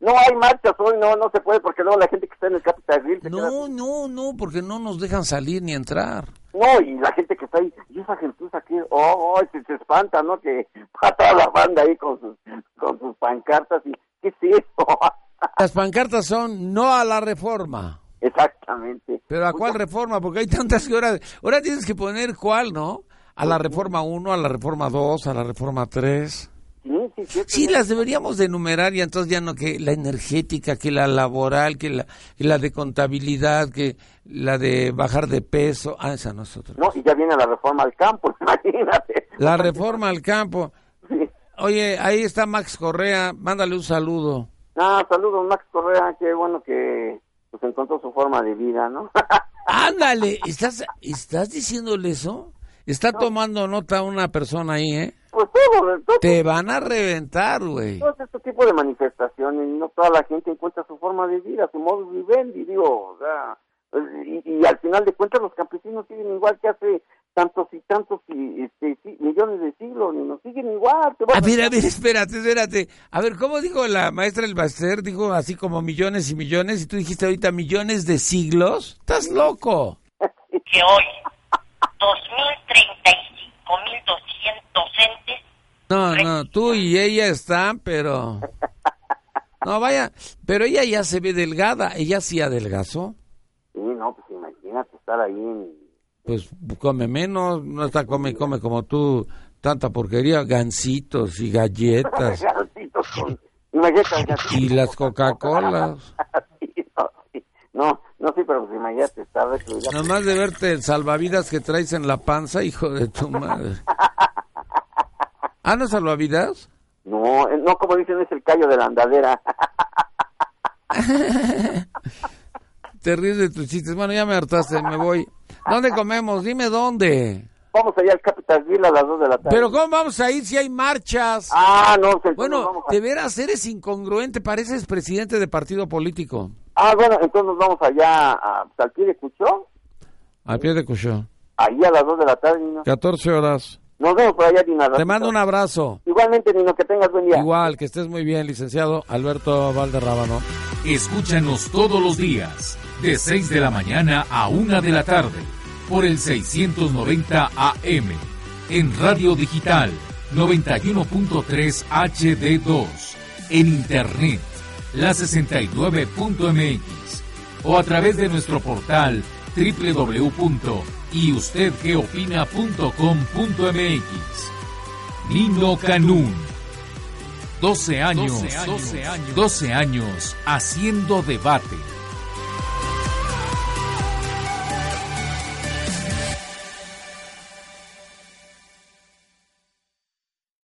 Speaker 3: No hay marchas hoy, no, no se puede porque luego la gente que está en el Capital Grill se queda-
Speaker 2: No, no, no, porque no nos dejan salir ni entrar.
Speaker 3: No, y la gente que está ahí, y esa gentuza aquí, oh, oh, se, se espanta, ¿no? Que va toda la banda ahí con sus, con sus pancartas y, ¿qué es eso?
Speaker 2: Las pancartas son no a la reforma.
Speaker 3: Exactamente. Pues
Speaker 2: ¿Pero a cuál reforma? Porque hay tantas que ahora, ahora tienes que poner cuál, ¿no? A la reforma 1, a la reforma 2, a la reforma 3.
Speaker 3: Sí, 17.
Speaker 2: Sí, las deberíamos de enumerar y entonces ya no que la energética, que la laboral, que la, que la de contabilidad, que la de bajar de peso. Ah, esa nosotros.
Speaker 3: No, y ya viene la reforma al campo, imagínate.
Speaker 2: La reforma al campo. Oye, ahí está Max Correa, mándale un saludo.
Speaker 3: Ah, saludos Max Correa, qué bueno que pues encontró su forma de vida, ¿no?
Speaker 2: Ándale, ¿estás, estás diciéndole eso? Está tomando nota una persona ahí, ¿eh?
Speaker 3: Pues todo, todo,
Speaker 2: Te van a reventar, güey.
Speaker 3: todo este tipo de manifestaciones, no toda la gente encuentra su forma de vida, su modo vivendi, digo, o sea, pues, y, y al final de cuentas los campesinos siguen igual que hace tantos y tantos y, este, sí, millones de siglos, y nos siguen igual. te vas
Speaker 2: A ver, a ver, Ah, espérate, espérate. A ver, ¿cómo dijo la maestra El Baster? Dijo así como millones y millones, y tú dijiste ahorita millones de siglos. ¡Estás loco!
Speaker 8: que hoy 2.035.200 docentes
Speaker 2: No, no, tú y ella están, pero... No, vaya, pero ella ya se ve delgada. ¿Ella sí adelgazó?
Speaker 3: Sí, no, pues imagínate estar ahí en...
Speaker 2: Pues come menos, no está come, come como tú, tanta porquería, gancitos y galletas
Speaker 3: Gancitos con- Imagínate al
Speaker 2: y
Speaker 3: gancito.
Speaker 2: las Coca-Colas.
Speaker 3: Sí, no, sí. no, no, sí, pero pues imagínate estar recluida.
Speaker 2: Nomás de verte el salvavidas que traes en la panza, hijo de tu madre. ¿Ah, no salvavidas?
Speaker 3: No, eh, no, como dicen, es el callo de la andadera.
Speaker 2: Te ríes de tus chistes. Bueno, ya me hartaste, me voy. ¿Dónde comemos? Dime dónde.
Speaker 3: Vamos allá al Capital Villa a las 2 de la tarde.
Speaker 2: Pero ¿cómo vamos a ir si hay marchas?
Speaker 3: Ah, no, pues, entonces
Speaker 2: Bueno,
Speaker 3: vamos a-
Speaker 2: de veras eres incongruente, pareces presidente de partido político.
Speaker 3: Ah, bueno, entonces nos vamos allá a, pues, al pie de Cuchón,
Speaker 2: Al pie de Cuchó.
Speaker 3: ahí a las 2 de la tarde, Nino.
Speaker 2: 14 horas.
Speaker 3: Nos vemos por allá, Nino. al
Speaker 2: Te
Speaker 3: ratito.
Speaker 2: mando un abrazo.
Speaker 3: Igualmente, Nino, que tengas buen día.
Speaker 2: Igual, que estés muy bien, licenciado Alberto Valderrábano.
Speaker 1: Escúchanos todos los días, de 6 de la mañana a 1 de la tarde, por el 690 AM, en Radio Digital 91.3 HD2, en Internet, la 69.mx, o a través de nuestro portal www.yustedgeopina.com.mx. Nino Canún. 12 años, 12 años, 12 años haciendo debate.